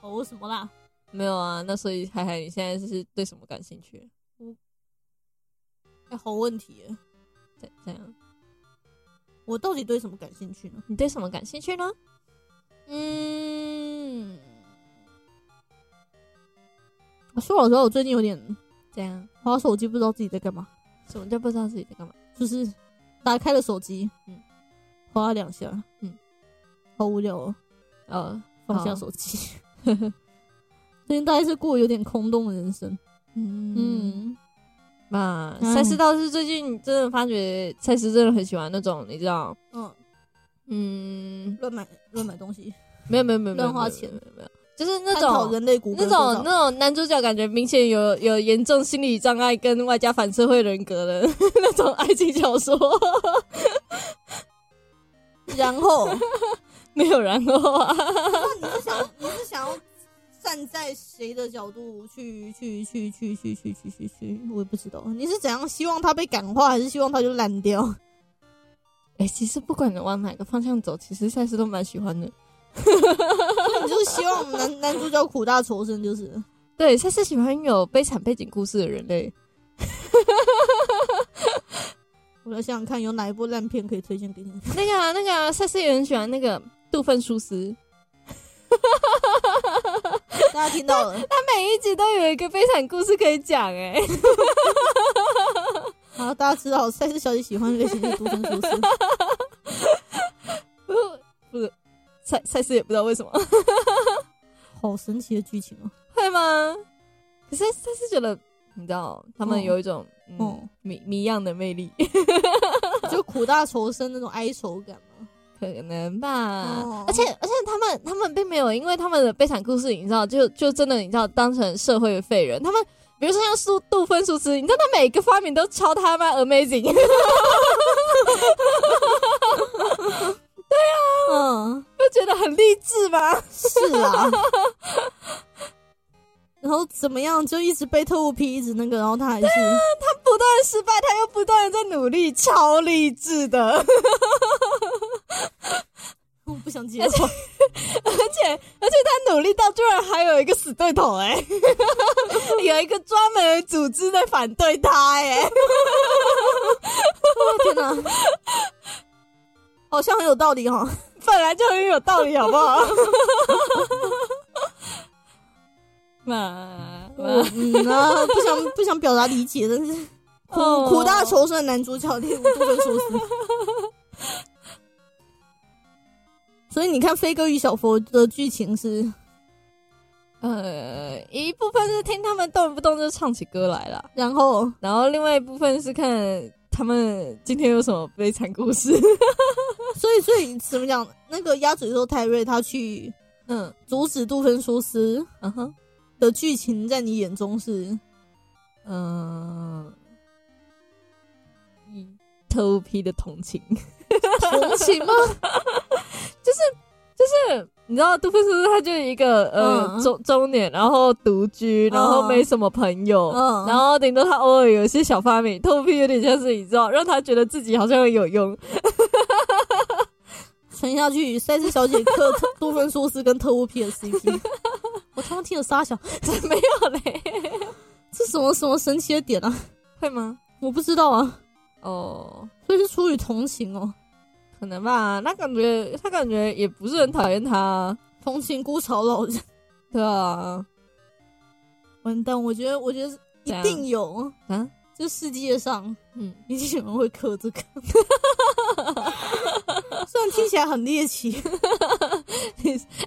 哦什么啦？没有啊，那所以海海，你现在是对什么感兴趣？哎、好问题耶，这这样，我到底对什么感兴趣呢？你对什么感兴趣呢？嗯，说老实话，我最近有点这样，滑手机，不知道自己在干嘛，什么叫不知道自己在干嘛？就是打开了手机，嗯嗯，滑了两下，嗯嗯，好无聊哦，哦，放下好手机。 最近大概是过有点空洞的人生，嗯嗯，嘛，哎赛斯倒是最近真的发觉，赛斯真的很喜欢那种，你知道，嗯，嗯，乱买乱买东西，没有没有没有没有乱花没有钱没有没有，就是那探讨种人类骨骼那构种造那种男主角感觉明显有有严重心理障碍跟外加反社会人格的 那种爱情小 说，然后 没有然后啊，你是想你是想要站在谁的角度去去去去去去去去去？我也不知道，你是怎样希望他被感化，还是希望他就烂掉？ 哎、其实不管往哪个方向走，其实赛斯都蛮喜欢的。你就是希望男男主角苦大仇深，就是了对，赛斯喜欢有悲惨背景故事的人类。我来想想看，有哪一部烂片可以推荐给你？那个、啊、那个、啊，赛斯也很喜欢那个杜芬舒斯。大家听到了，每一集都有一个悲惨故事可以讲哎、好，大家知道赛斯小姐喜欢的类型就是独身厨师。 不是赛赛斯也不知道为什么 好神奇的剧情哦、会吗？可是赛斯觉得你知道他们嗯有一种嗯嗯迷迷样的魅力， 哦就苦大仇深那种哀愁感嘛。可能吧。哦而且而且他们他们并没有因为他们的悲惨故事，你知道就就真的你知道当成社会的废人，他们。比如说像苏杜芬苏斯，你知道他每个发明都超他妈 amazing， 嗯，就觉得很励志吗？ 是啊。然后怎么样，就一直被特务批，一直那个，然后他还是不断地失败，他又不断的在努力，超励志的。我不 想接受。而且而且他努力到居然还有一个死对头哎、 有一个专门的组织在反对他哎、天哪，好像很有道理哈、本来就很有道理好不好？ 妈我妈嗯啊，不想 不想表达理解，但是苦、哦苦大仇深的啊男主角，第五部分说 死。所以你看，飞哥与小佛的剧情是呃，一部分是听他们动不动就唱起歌来了，然后然后另外一部分是看他们今天有什么悲惨故事。 所以所以怎么讲？那个鸭嘴兽泰瑞他去嗯阻止杜芬舒斯嗯哼的剧情，在你眼中 是嗯，以特务 P 的同情。同情吗？就是你知道杜芬叔叔他就是一个呃、嗯中中年，然后独居，然后没什么朋友。嗯，哦然后顶多他偶尔有一些小发明，头皮有点像是你知道，让他觉得自己好像有用。 传下去，赛斯小姐克 杜芬舒斯跟特务 P 的 CP。我刚刚听了沙小，没有嘞，这什么什么神奇的点啊？会吗？我不知道啊。哦，所以是出于同情哦，可能吧。那感觉他感觉也不是很讨厌他，同情孤潮老人。 对啊，完蛋，我觉得，我觉得怎一样定有啊，这世界上嗯，一定有人会刻这个。 虽然听起来很猎 奇，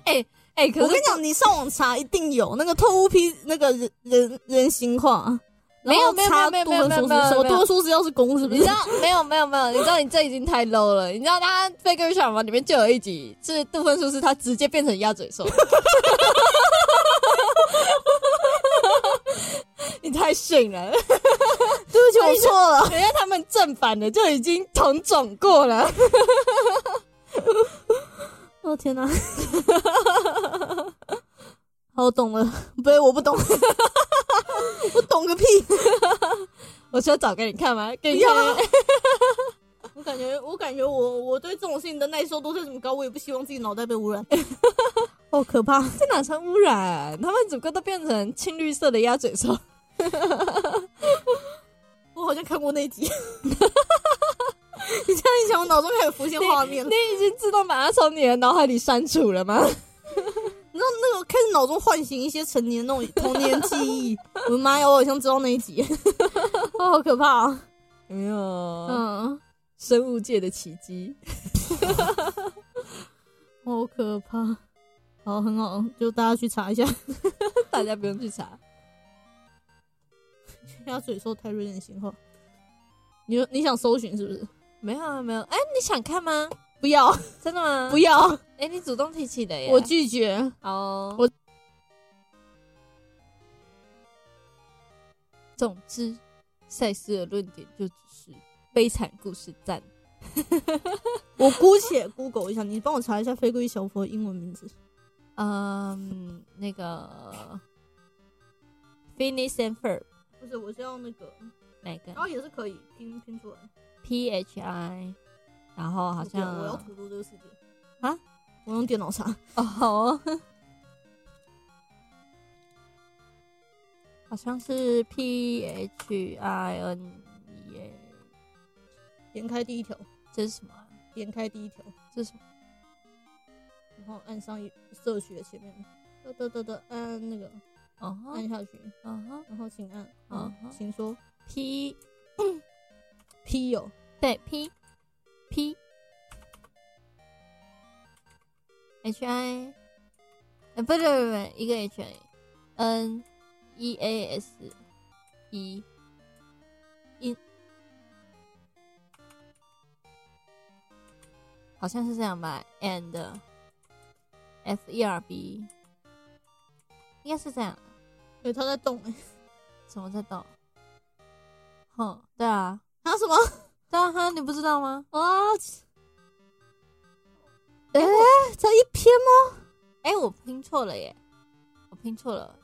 哎、可我跟是你讲，你上网查一定有那个特务批那个人人人形化，没有然后查没有杜没有芬没有叔没有什么没有杜芬叔是要是公是不你知是？道没有没有没有，你知道你这已经太 low 了。你知道他《飞哥与小王》里面就有一集是杜芬叔，是他直接变成鸭嘴兽。 你太逊了，对不起，我错了。人家他们正反的就已经同种过了。 哦天哪！ 好，我懂了，不是我不懂， 我懂个屁。我需要找给你看吗？给不你要看。啊我感觉，我感觉我我对这种事情的耐受度再怎么高，我也不希望自己脑袋被污染。 好可怕！ 这哪成污染？啊他们整个都变成青绿色的鸭嘴 兽。我好像看过那一集。你这样一讲，我脑中开始浮现画面了你。已经自动把它从你的脑海里删除了吗？然后那个开始脑中唤醒一些成年那种童年记忆。我的妈呀，我好像知道那一集， 哦好可怕、啊。有没有，嗯，生物界的奇迹。好可怕。好，很好，就大家去查一下。大家不用去查。鸭嘴兽泰瑞的型号，你你想搜寻是不是？没有啊，没有。哎、你想看吗？不要，真的吗？不要，哎、你主动提起的耶。我拒绝。哦，我总之，赛斯的论点就只是悲惨故事赞。我姑且 Google 一下，你帮我查一下《非贵小佛》英文名字。嗯，那个 Phineas and Ferb 不是，我是要那个，哪个然后也是可以拼拼出来。 ？P H I，然后好我不要像我要吐露这个世界啊！我用电脑查，哦，好 哦好像是 P H I N E，A 点开第一条，这是什么啊？点开第一条，这是什么？然后按上一摄取的前面，得得得得，按那个哦哈按下去，哦哈然后请按，哦嗯，请说 P P 有嗯对 P P H I，呃，不是不是不是一个 H I N E A S E in，好像是这样吧？And F E R B，应该是这样。对，它在动、欸，什么在抖？哼，对啊，啊什么对啊，哈，你不知道吗？啊？哎、才一篇吗？哎、我拼错了耶，我拼错了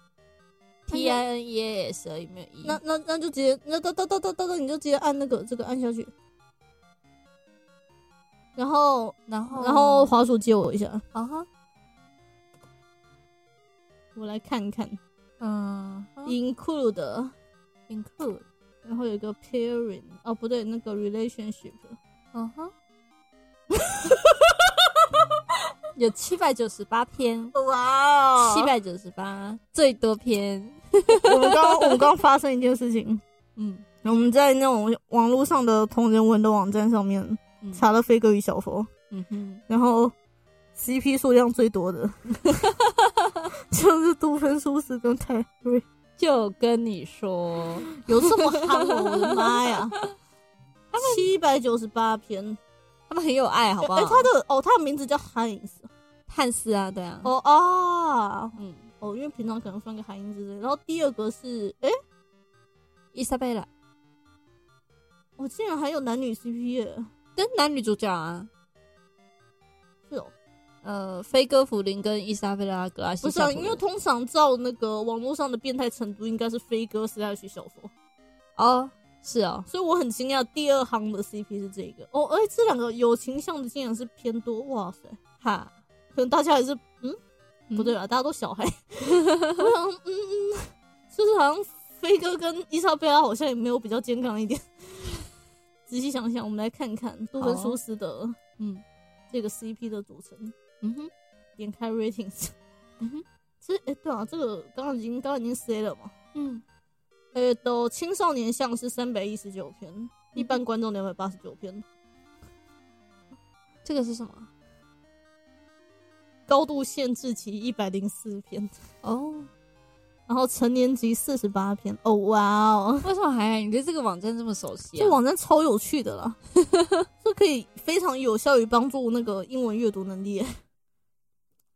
，T I N E A S 而已，没有 E。那那那就直接那哒哒哒哒哒哒，你就直接按那个这个按下去，然后然后然后滑鼠借我一下，啊哈，我来看看嗯哈 include。 ，include，然后有一个 pairing，哦不对，那个 relationship，嗯 哼，有七百九十八篇，哇七，百九十八最多篇，我们刚我们刚发生一件事情，嗯，我们在那种网络上的同人文的网站上面嗯查了飞哥与小佛，嗯哼，然后 CP 数量最多的， 就是杜芬苏斯跟泰瑞，就跟你说，有这么憨吗？我的妈 呀！七百九十八篇，他们很有爱，好不好？哎、他的哦，他的名字叫 Heinz，汉斯啊，对啊，哦啊，嗯，哦，因为平常可能翻个韩音之类。然后第二个是，哎、伊莎贝拉，我竟然还有男女 E，CP 耶！跟男女主角啊，是哦，呃，飞哥福林跟伊莎贝拉格拉西不是啊，夏普因林，为通常照那个网络上的变态程度，应该是飞哥时代去小佛，哦，是哦，所以我很惊讶第二行的 CP 是这个哦，而且这两个友情向的竟然是偏多，哇塞！哈，可能大家还是嗯嗯不对吧，大家都小孩， 我想嗯嗯，就是好像飞哥跟伊莎贝拉好像也没有比较健康一点。 仔细想想，我们来看看杜芬舒斯的嗯这个 CP 的组成。嗯哼，点开 ratings，嗯 哼，这哎、对啊，这个刚刚已经刚刚已经 C 了嘛，嗯呃，都青少年向是三百一十九嗯篇，一般观众两百八十九篇，这个是什么？高度限制级一百零四篇，哦，然后成年级四十八篇，哦哇哦，为什么海海你对这个网站这么熟悉、啊？这网站超有趣的啦， 这可以非常有效于帮助那个英文阅读能力 耶。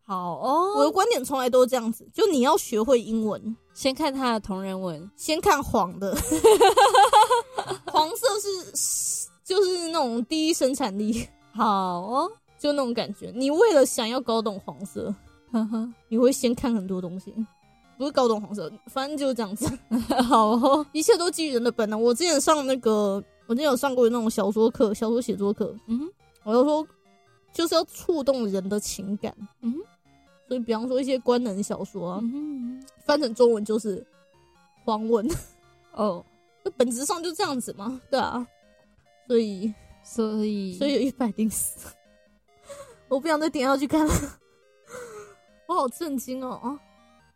好我的哦，观点从来都是这样子，就你要学会英文，先看他的同人文，先看黄 的，黄色是就是那种低生产力。好哦，就那种感觉。你为了想要搞懂黄色，呵呵，你会先看很多东西，不是搞懂黄色，反正就是这样子， 好哦，一切都基于人的本能。我之前上那个，我之前有上过那种小说课、小说写作课，嗯哼，我就说就是要触动人的情感，嗯哼，所以比方说一些官能小说啊、嗯哼，嗯翻成中文就是黄文，哼哦，那本质上就这样子嘛，对啊，所以所以所以有一百零四。 我不想再点下去看了， 我好震惊哦！啊，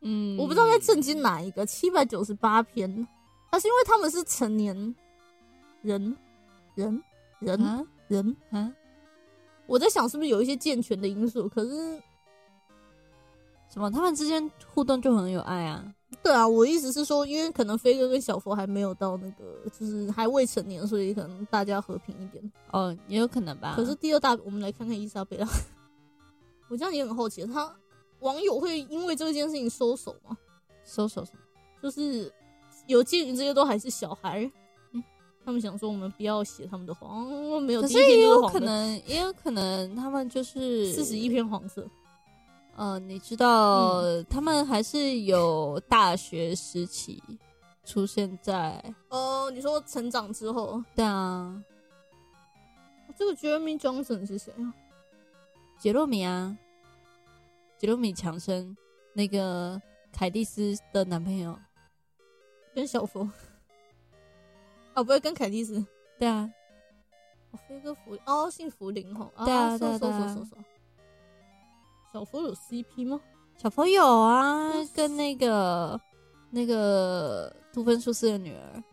嗯，我不知道该震惊哪一个，七百九十八篇，但是因为他们是成年人，人，人，啊人，啊，我在想是不是有一些健全的因素，可是什么？他们之间互动就很有爱啊。对啊，我意思是说，因为可能飞哥跟小佛还没有到那个，就是还未成年，所以可能大家和平一点。哦，也有可能吧。可是第二大，我们来看看伊莎贝拉。 我这样也很好奇，他网友会因为这件事情收手吗？搜索什么？就是有鉴于这些都还是小孩，嗯他们想说我们不要写他们的黄，没有可第一是也篇就是有黄可的，能，也有可能他们就是四十一。篇黄色。呃，你知道、嗯他们还是有大学时期出现在。哦，你说成长之后，对啊，哦这个 Jeremy Johnson 是谁啊？杰洛米啊，杰洛米强生那个凯蒂斯的男朋友。跟小佛？哦，不会跟凯蒂斯。对啊，哦，飞哥福哦，姓福林吼，对啊对搜啊搜对啊搜搜搜。小佛有 CP 吗？小朋友啊嗯，跟那个那个杜芬舒斯的女儿，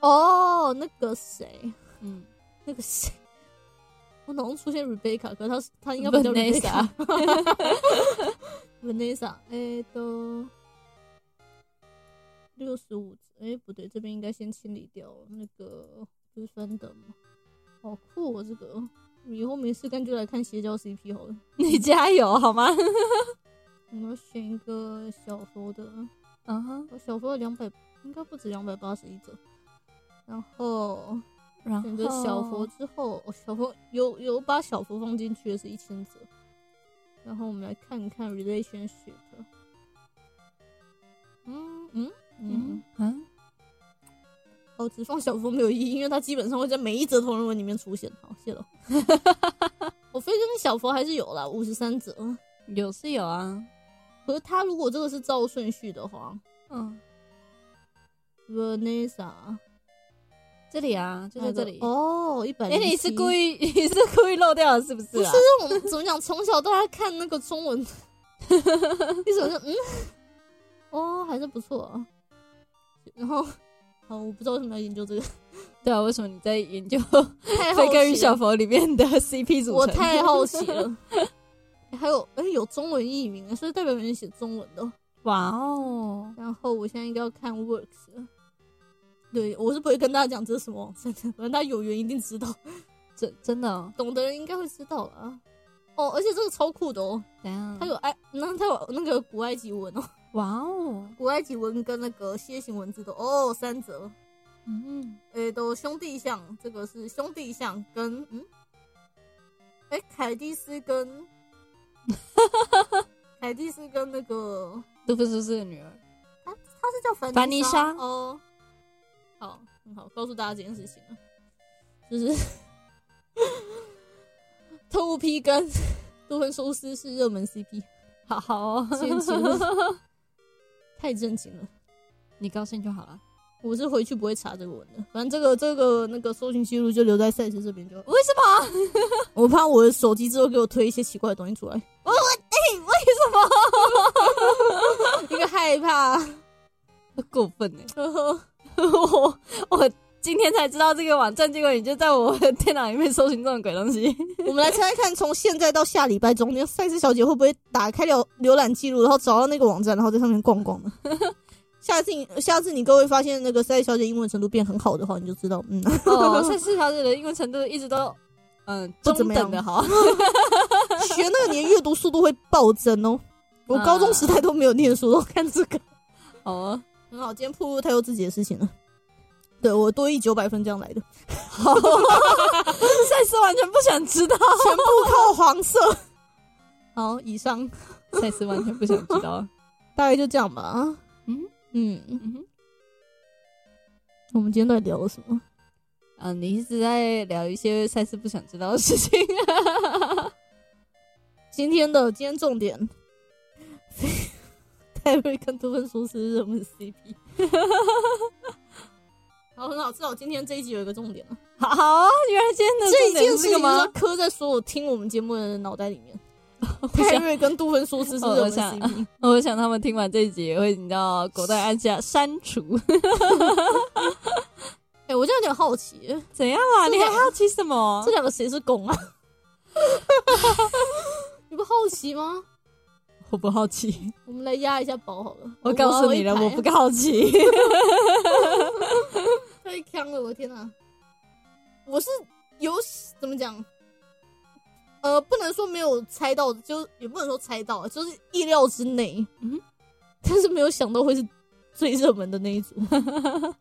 哦，那个谁，嗯，那个谁，我脑中出现 Rebecca，可是他是他应该不叫 Rebecca Vanessa。 Vanessa，哎 都六十五，哎不对，这边应该先清理掉那个不是分的吗？好酷哦，这个以后没事干就来看邪教 CP 好了。 你加油好吗？我们要选一个小佛的，嗯哼，我小佛有两百，应该不止两百八十一折。然后然选择小佛后之后，哦、小佛有有把小佛放进去的是一千折。然后我们来看一看 relationship。嗯嗯嗯嗯，嗯，哦，只放小佛没有意义，因为他基本上会在每一则同人文里面出现。好，谢了。 我飞哥跟小佛还是有啦，五十三折。有是有啊，可是他如果这个是照顺序的话嗯， ，Vanessa 这里啊，就在这里。哦，一百。哎，你是故意 你是故意漏掉了是不是啊？我们怎么讲？从小到大看那个中 文，一首就嗯，哦，还是不错、啊。然后，好，我不知道为什么要研究 这个，对啊，为什么你在研究 太好飞哥与奇小了，佛里面的 CP 组成？我太好奇了。还有，哎、有中文译名，所以代表有人写中文的哦。 哇哦，然后我现在应该要看 Works 了。对，我是不会跟大家讲这是什么网站的，反正大家有缘一定知道， 真真的哦，懂的人应该会知道啦。哦，而且这个超酷的哦，怎样？它有埃，那它有那个古埃及文哦。哇哦，古埃及文跟那个楔形文字都哦三折，嗯，诶、都兄弟像，这个是兄弟像跟嗯，诶、凯蒂斯 跟，凯蒂斯跟那个杜芬舒斯的女儿，他是叫凡凡妮莎哦，好，很好，告诉大家这件事情了，就是特务 P 跟杜芬舒斯是热门 CP，好好哦，先结论太震惊了。 你高兴就好了。我是回去不会查这个文的，反正这个这个那个搜寻记录就留在赛事这边就好。为什么？ 我怕我的手机之后给我推一些奇怪的东西出来。我我哎、为什么？一 个害怕。过分欸呢、 我我今天才知道这个网站，结果你就在我的电脑里面搜寻这种鬼东西。我们来猜猜看，从现在到下礼拜中间，赛事小姐会不会打开了浏览记录，然后找到那个网站，然后在上面逛逛呢？ 下次你下次你各位发现那个赛事小姐英文程度变很好的话，你就知道，嗯， 哦，赛事小姐的英文程度一直都嗯不中怎么样等的好。 学那个你的阅读速度会暴增哦。我高中时代都没有念书，都 看这个。哦，很嗯好，今天暴露太多自己的事情了。对我多一九百分这样来 的， 赛事完全不想知道，全部靠黄色。好，以上赛事完全不想知道。大概就这样吧。啊嗯嗯，嗯哼，我们今天到底聊了什么？啊，你一直在聊一些赛事不想知道的事情。 今天的今天重点， 泰瑞跟杜芬舒斯是什么 CP？好，很好，至少今天这一集有一个重点了。好，原来今天的这一重点件是事这情个就是吗？刻在所有听我们节目的人脑袋里 面。我泰想，瑞跟杜芬说是是哦热我门想 CP，我想他们听完这一集也会，你知道，狗蛋按下删 除，哎、我就有点好奇，怎样啊？对你啊还好奇什么这？两个谁是公啊？ 你不好奇吗？我不好奇，我们来压一下宝好了。我告诉你了，玩我一排不好奇。太坑了，我的天哪！我是有怎么讲？呃，不能说没有猜到，就也不能说猜到，啊就是意料之内。嗯嗯，但是没有想到会是最热门的那一组。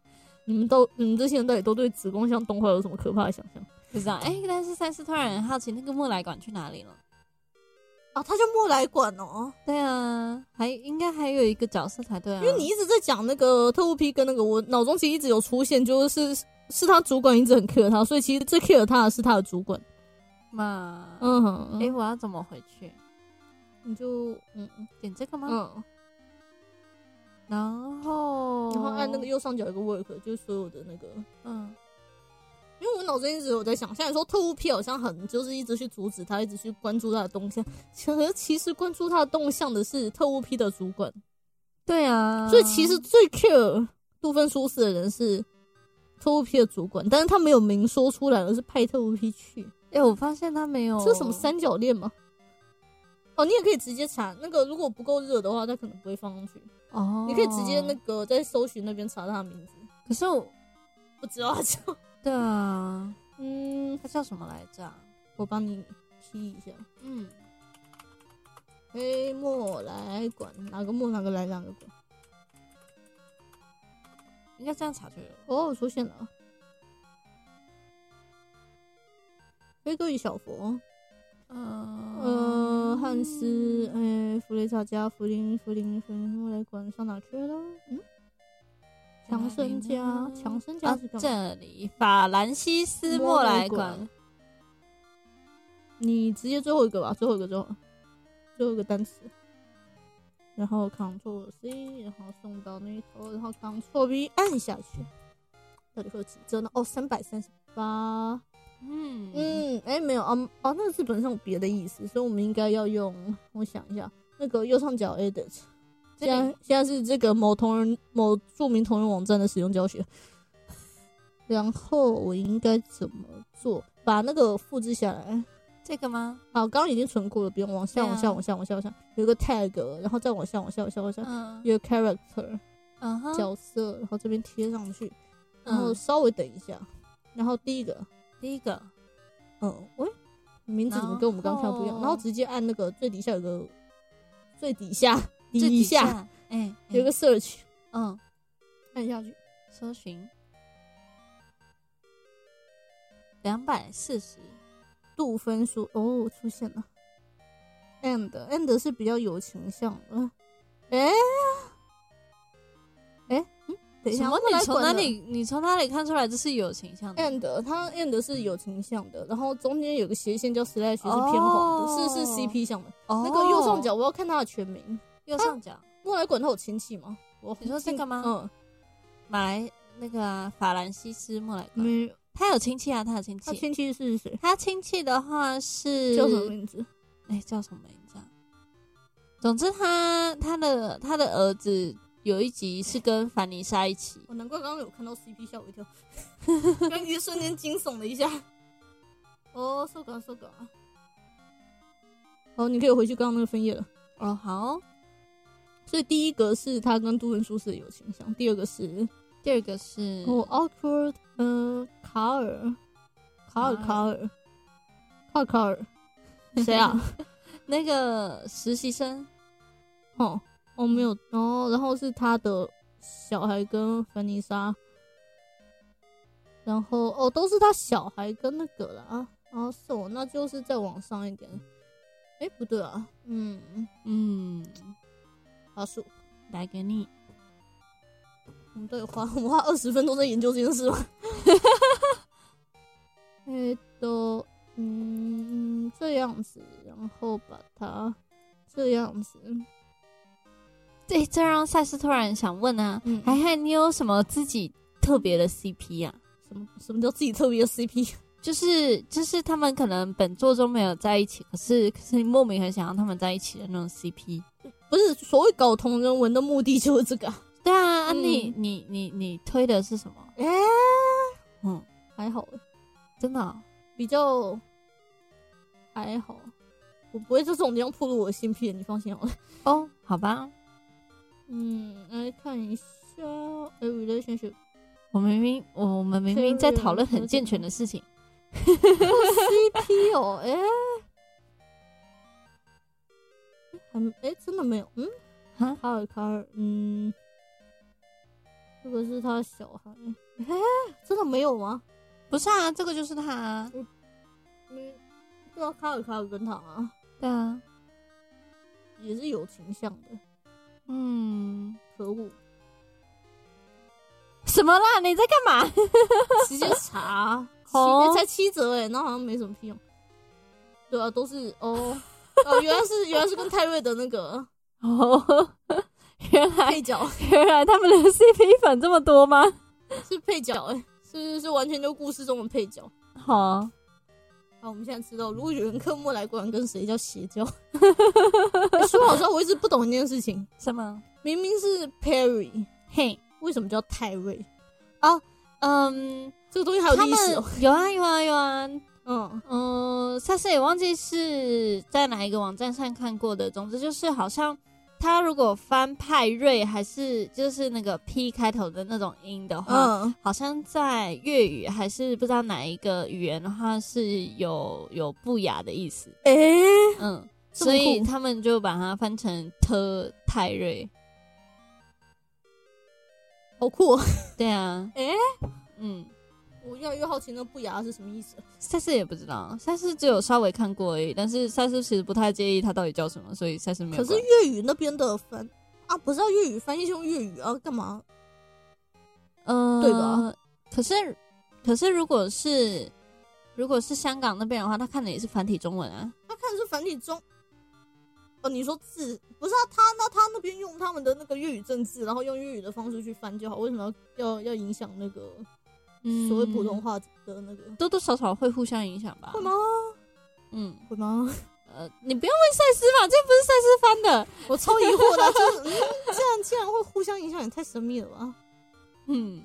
你们到你们这些人到底都对子宫像动画有什么可怕的想象 不知道，哎、但是赛斯突然很好奇，那个木来馆去哪里了？啊？他叫莫来管哦，对啊，还应该还有一个角色才对啊，因为你一直在讲那个特务 P 跟那个，我脑中其实一直有出现，就是是他主管一直很 care 他，所以其实最 care 他的是他的主管。嘛，哎、嗯哼，我要怎么回去？你就嗯点这个吗？嗯。然后，然后按那个，右上角有个 work，就是所有的那个。哦嗯，因为我脑子一直有在想，虽然说特务 P 好像很就是一直去阻止他，一直去关注他的动向，可是其实关注他的动向的是特务 P 的主管，对啊，所以其实最 care 杜芬舒适的人是特务 P 的主管，但是他没有明说出来，而是派特务 P 去，哎、我发现他没有，这是什么三角恋吗？哦，你也可以直接查那个，如果不够热的话，他可能不会放上去。哦，你可以直接那，个在搜寻那边查他的名字，可是我，不知道他叫对啊，嗯。他叫什么来着啊？我帮你 P 一下。嗯，黑莫来管哪个莫哪个来哪个管？应该这样查就有了。哦，出现了。飞哥与小佛，嗯啊呃，汉斯，哎、弗雷萨加，弗林，弗林，弗林，莫来管上哪去了？嗯，强生家，强生家啊是，干嘛？这里法兰西斯莫莱馆，你直接最后一个吧，最后一个最后，最后一个单词，然后 Ctrl C，然后送到那一头，然后 Ctrl V 按下去，到底会有几折呢？哦，三百三十八。嗯嗯，嗯，哎、没有啊哦，那个字本上有别的意思，所以我们应该要用，我想一下，那个右上角 edit。这现里在现在是这个某同人某著名同人网站的使用教学。 然后我应该怎么做？把那个复制下来。这个吗？好，刚刚已经存过了，不用往下，对啊往下，往下，往下，往下，有一个 tag，然后再往下，往下，往下，往下，嗯有 character 嗯哼，角色，然后这边贴上去，然后嗯，稍微等一下，然后第一个，第一个嗯，喂，名字怎么跟我们刚刚看的不一样？然后然后直接按那个最底下有个最底下最底下下，哎，有个 search，嗯，按下去，搜寻两百四十，度分数哦，出现了，and and 是比较有倾向的，哎。哎，嗯，等一什下，么？我来你从管哪了里？你从哪里看出来这是友情向的？ and 它 and 是有倾向的，然后中间有个斜线叫 slash 是偏黄的，哦是是 CP 向的。哦那个右上，角我要看它的全名。右上角，莫来管他有亲戚吗？我你说这个吗嗯，马来那个啊法兰西斯莫莱馆，没有，他有亲戚啊，他有亲他戚。亲戚是谁？他亲戚的话是叫什么名字？哎、叫什么名字啊？总之他，他的他的儿子有一集是跟凡妮莎一起，我难怪刚刚有看到 CP 吓我一跳，刚一瞬间惊悚了一下。哦，受感受感。好，你可以回去刚刚那个分页了。哦，好哦所以第一个是他跟杜文舒适有倾向，第二个是第二个是哦，awkward，嗯，卡尔，卡尔，卡尔，卡尔，卡尔，谁啊？ 那个实习生，哦，哦，没有，哦，然后是他的小孩跟凡妮莎，然后哦，都是他小孩跟那个啦，然后是我，那就是再往上一点，哎，不对啊，嗯，嗯，花束，来给你，我们都有花，我们花二十分钟在研究这件事吗？ 哎都，嗯，这样子，然后把它这样子，对，这让赛斯突然想问啊，哎嗯，海海，你有什么自己特别的 CP 啊？什么什么叫自己特别的 CP？就是就是他们可能本作中没有在一起，可是可是你莫名很想让他们在一起的那种 CP。不是所谓搞同人文的目的就是这个啊、对啊，啊嗯你你你你推的是什么？哎、嗯，还好，真的哦、比较还好，我不会这种地方暴露我的芯片，你放心好了。哦，好吧，嗯，来看一下，哎，relationship 我明明我我们明明在讨论很健全的事情， CP 哦，哎、还没哎、真的没有，嗯，哈，卡尔卡尔，嗯，这个是他的小孩，哎、真的没有吗？不是啊，这个就是他、啊，嗯，对啊，卡尔卡尔跟他啊，对啊，也是有倾向的，嗯，可 恶，什么啦？你在干嘛？ 直接查，七哦才七折哎、那好像没什么屁用。对啊，都是 哦，哦，原来是原来是跟泰瑞的那个哦， 原来配角，原来他们的 CP 粉这么多吗？是配角哎、是是完全就故事中的配角。好，好，我们现在知道，如果有人跟莫来果然跟谁叫邪 教，哎说好笑，我一直不懂一件事情，什么？明明是 Perry，嘿，为什么叫泰瑞？嗯，这个东西还有他历史们哦。有啊有啊有啊，嗯，嗯，莎莎也忘记是在哪一个网站上看过的。总之就是好像他如果翻派瑞还是就是那个 P 开头的那种音的话，嗯，好像在粤语还是不知道哪一个语言的话是有有不雅的意思。哎、嗯，这么所酷以他们就把它翻成特泰瑞。好酷、哦！对啊，诶嗯，我越来越好奇那不雅是什么意思。啊赛斯也不知道，赛斯只有稍微看过而已。但是赛斯其实不太介意他到底叫什么，所以赛斯没有可管。是粤语那边的翻啊，不是要粤语翻译是用粤语啊，干嘛？嗯，对吧？可是，可是如果是如果是香港那边的话，他看的也是繁体中文啊。他看的是繁体中。哦，你说字不是啊？他那他那边用他们的那个粤语正字，然后用粤语的方式去翻就好，为什么要要要影响那个嗯，所谓普通话的那个？多多少少会互相影响吧？会吗？？嗯，会吗？呃，你不要问赛斯嘛，这不是赛斯翻的。我超疑惑 的，就是嗯，这样竟然会互相影响，也太神秘了吧？嗯，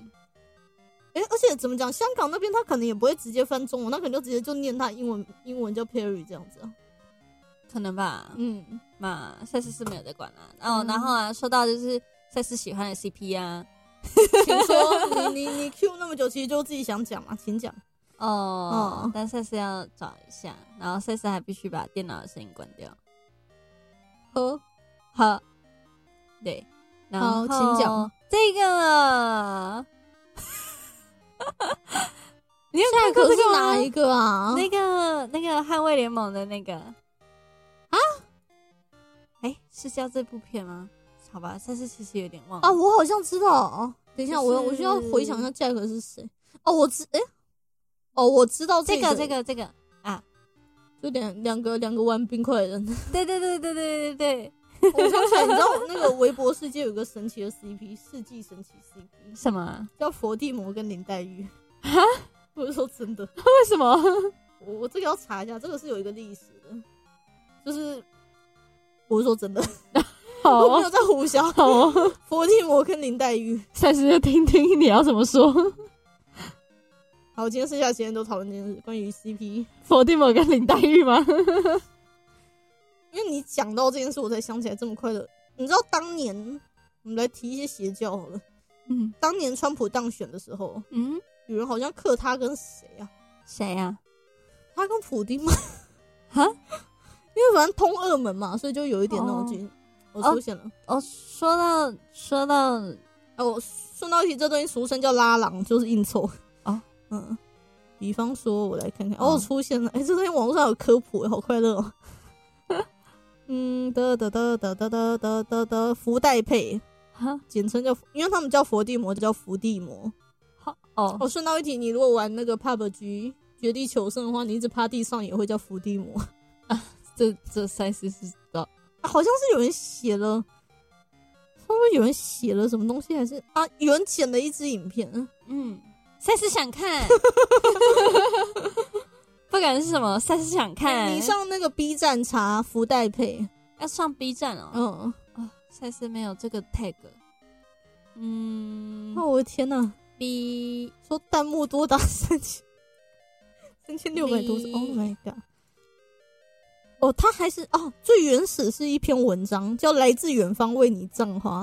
哎、而且怎么讲，香港那边他可能也不会直接翻中文，他可能就直接就念他英文，英文叫 Perry 这样子啊。可能吧。嗯，嘛，赛斯是没有在管啦、啊。哦，嗯然后啊，说到就是赛斯喜欢的 CP 啊，请说，你你 你 Q 那么久，其实就自己想讲嘛，请讲。哦，哦但赛斯要找一下，然后赛斯还必须把电脑的声音关掉。呵，好，对，然后好请讲这个 了。你有那看过可这是个哪一吗？个啊？那个那个捍卫联盟的那个啊？哎，是叫这部片吗？好吧，但是其实有点忘了啊，。我好像知道。哦等一下，我我需要就是回想一下 Jack 是谁。哦，我知，哎、哦，我知道这个个这，个这个，有点两个两个玩冰块的人。 对对对对对对对，我想起来，你知道那个微博世界有个神奇的 CP，世纪神奇 CP，什么啊？叫佛地魔跟林黛玉。啊？ 我是说真的，为什么？我我这个要查一下，这个是有一个历史的，就是我是说真的，好我没哦有在胡笑。 好哦，佛地魔跟林黛玉，赛斯就听听你要怎么说。 好，今天剩下的时间都讨论这件事，关于 CP。佛地魔跟林黛玉吗？因为你讲到这件事，我才想起来这么快的。你知道当年，我们来提一些邪教好了。嗯当年川普当选的时候，嗯，有人好像克他跟谁啊？谁呀、他跟普丁吗？哈，因为反正通俄门嘛，所以就有一点那种军。我出现了。哦，说到说到，啊，我顺道一提，这东西俗称叫拉郎，就是硬凑。哦，嗯。比方说，我来看看，哦哦，出现了，哎、这东西网络上有科普，好快乐 哦。嗯，得得得得得得得得得，福袋配，哈简称叫，因为他们叫佛地魔，就叫伏地魔。好哦哦，顺道一提，你如果玩那个 PUBG 绝地求生的话，你一直趴地上也会叫伏地魔。 啊这这赛事是知道好像是有人写了，后来不是有人写了什么东西，还是啊有人剪了一支影片？啊嗯，赛斯想 看，不管是什么赛事想哎看，你上那个 B 站查福袋配，要上 B 站哦。嗯，啊，赛斯没有这个 tag。嗯那我的天哪， ，B 说弹幕多达三千 三千六百多你，Oh my god！哦，他还是哦，最原始是一篇文章，叫《来自远方为你葬花》，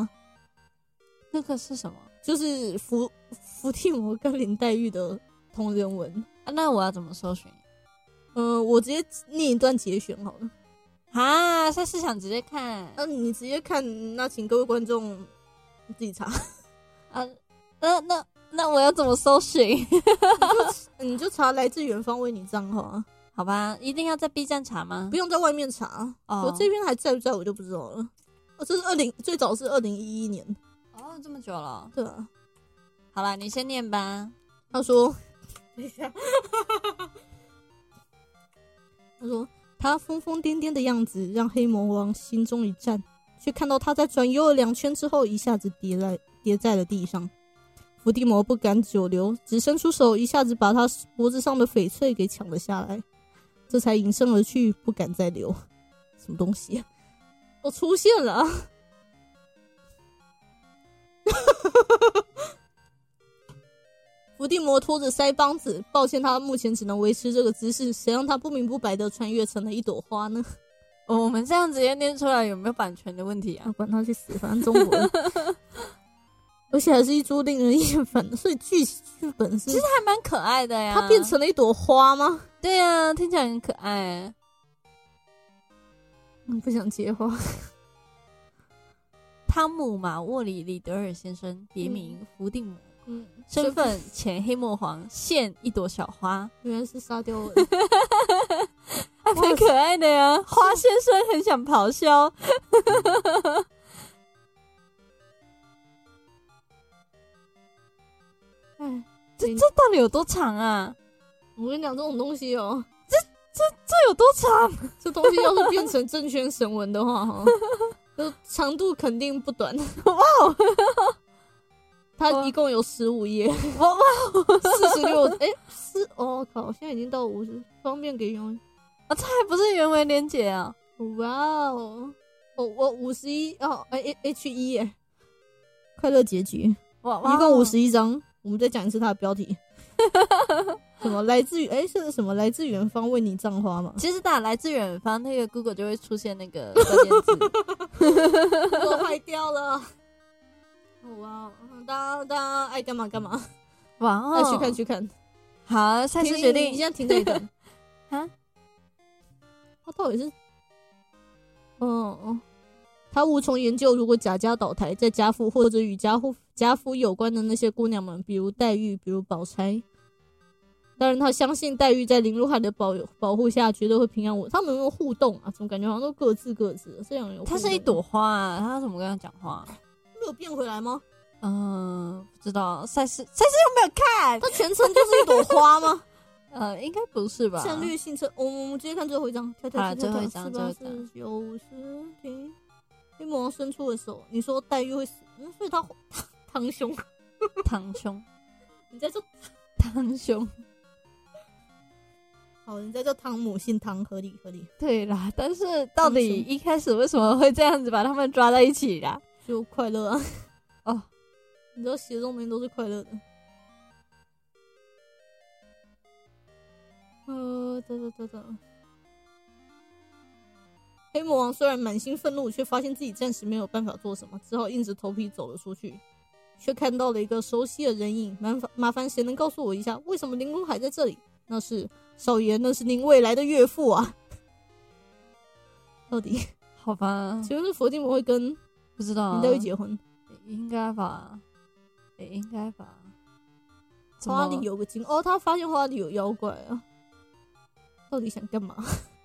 那个是什么就是伏伏地魔跟林黛玉的同人文。啊？那我要怎么搜寻？嗯、我直接念一段节选好了。啊，赛斯想直接看。那、你直接看，那请各位观众自己查， 啊，那那那我要怎么搜寻？ 你就查《来自远方为你葬花》啊，好吧，一定要在 B 站查吗不？用在外面查。我哦，这篇还在不在我就不知道了。哦，这是二零最早是二零一一年，哦这么久了。对啊。好啦，你先念吧。他说，等一下， 他说他疯疯癫癫的样子让黑魔王心中一颤，却看到他在转悠了两圈之后，一下子跌在跌在了地上。伏地魔不敢久留，只伸出手，一下子把他脖子上的翡翠给抢了下来，这才隐身而去，不敢再留。什么东西、啊？我出现了啊！伏地魔拖着腮帮子，抱歉，他目前只能维持这个姿势，谁让他不明不白的穿越成了一朵花呢？哦我们这样直接念出来有没有版权的问题啊 啊，？管他去死，反正中国 人，而且还是一株令人厌烦的。所以剧剧本是，还蛮可爱的呀。它变成了一朵花吗？对啊，听起来很可爱。嗯，不想接话。汤姆·马沃里·里德尔先生，别名伏地魔，嗯，身份前黑魔皇，现一朵小花，原来是沙 雕文，还蛮可爱的呀。花先生很想咆哮，哎，这这到底有多长啊？我跟你讲，这种东西哦，这有多长？这东西要是变成正圈神文的话，哈，就长度肯定不短。哇 哦，它一共有十五页，哇哇！四十六，哎，四，哦靠，现在已经到五十，方便给用。啊，这还不是原文连结啊？哇哦，我我五十一哦，哎 H 一耶，快乐结局，哇哇！一共五十一章。我们再讲一次它的标题， 什么来自于哎是什么来自远方为你葬花吗？其实打来自远方那个 Google 就会出现那 个关键字。我坏掉了。 哇哦，大家大家爱干嘛干嘛，哇爱哦！去看去看。好，赛停斯决你定现在停这一 段啊？他到底是？哦哦，他无从研究，如果贾家倒台，在贾府或者与贾府贾府有关的那些姑娘们，比如黛玉，比如宝钗。当然，他相信黛玉在林如海的保保护下，绝对会平安无。他们有没有互动啊？怎么感觉好像都各自各自的？这两人有互它动是一朵花、啊，他怎么跟他讲话？没有变回来吗？嗯，不知道赛斯赛斯有没有看？它全程就是一朵花吗？呃，应该不是吧？战略性策，我们我们直接看最后一张，跳好跳啦跳最后一跳张跳，最后一四八四九五十，停。黑魔王伸出了手，你说黛玉会死，嗯，所以他 他堂兄，堂兄，人家叫堂兄，好，人家叫汤姆，姓汤，合理合理。对啦。但是到底堂兄一开始为什么会这样子把他们抓在一起啦？就快乐啊！哦， 你知道写这种东西都是快乐的。呃，等等等等。黑魔王虽然满心愤怒，却发现自己暂时没有办法做什么，只好硬着头皮走了出去，却看到了一个熟悉的人影。麻烦麻烦，谁能告诉我一下，为什么林如海在这里？那是少爷，那是您未来的岳父啊！ 到底， 好吧，请问是佛地魔会跟不知道、啊。林黛玉结婚？应该吧？也应该吧？怎花么里有个精哦，他发现花里有妖怪啊！到底想干嘛？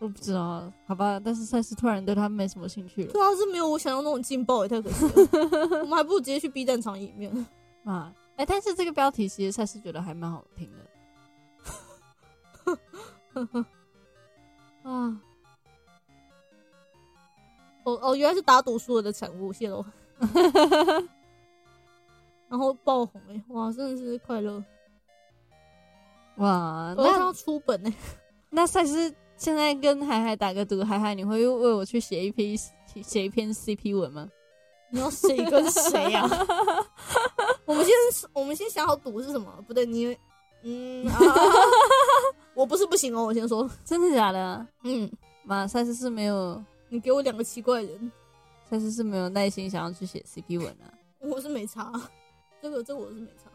我不知道，好吧。但是赛斯突然对他没什么兴趣了对啊，是没有我想象那种劲爆，也太可惜了。 我们还不如直接去 B 站场影面。 啊！哎、但是这个标题其实赛斯觉得还蛮好听的。啊！哦哦，原来是打赌输了的产物，谢喽。然后爆红哎、哇，真的是快乐！ 哇，我要那要出本哎、那赛斯现在跟海海打个赌，海海你会为我去写一篇写一篇 CP 文吗？你要谁跟谁啊呀、我们先 我们先想好赌是什么？不对，你嗯、 啊我不是不行哦，我先说， 真的假的？嗯，马赛斯是没有你给我两个奇怪的人，赛斯是没有耐心想要去写 CP 文啊。我是没差， 这个这个我是没差，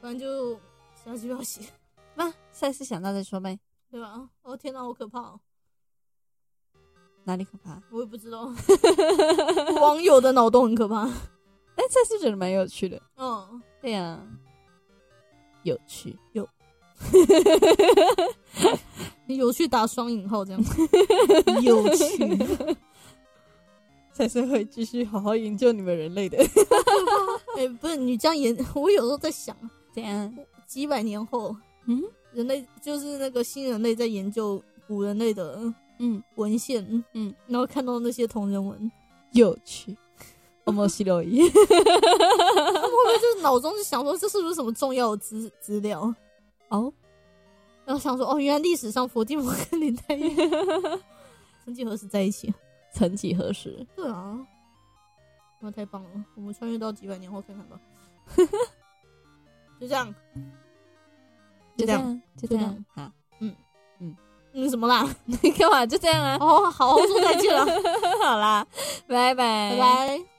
反正就下期不要写， 那赛斯想到再说呗，对吧？哦天哪，好可怕、哦！哪里可怕？我也不知道，网友的脑洞很可怕。哎，赛斯觉得蛮有趣的。嗯，对呀、有趣。你有去打双引号这样，有趣。赛斯会继续好好营救你们人类的。哎、不是你这样也， 我有时候在想，怎样？几百年后，嗯，人类就是那个新人类在研究古人类的嗯，文献，嗯，然后看到那些同人文，有趣。我们西六 一，他们会不会就是脑中就想说这是不是什么重要的资资料？哦，然后想说哦，原来历史上伏地魔跟林黛 玉曾几何时在一 起？啊曾几何时？对啊，那太棒了！我们穿越到几百年后看看 吧。就这样，就这样，就这这样样 啊！嗯，什么啦？哦你干嘛？就这样啊！ 哦，好，好说再见了，好啦，拜拜， 拜。拜。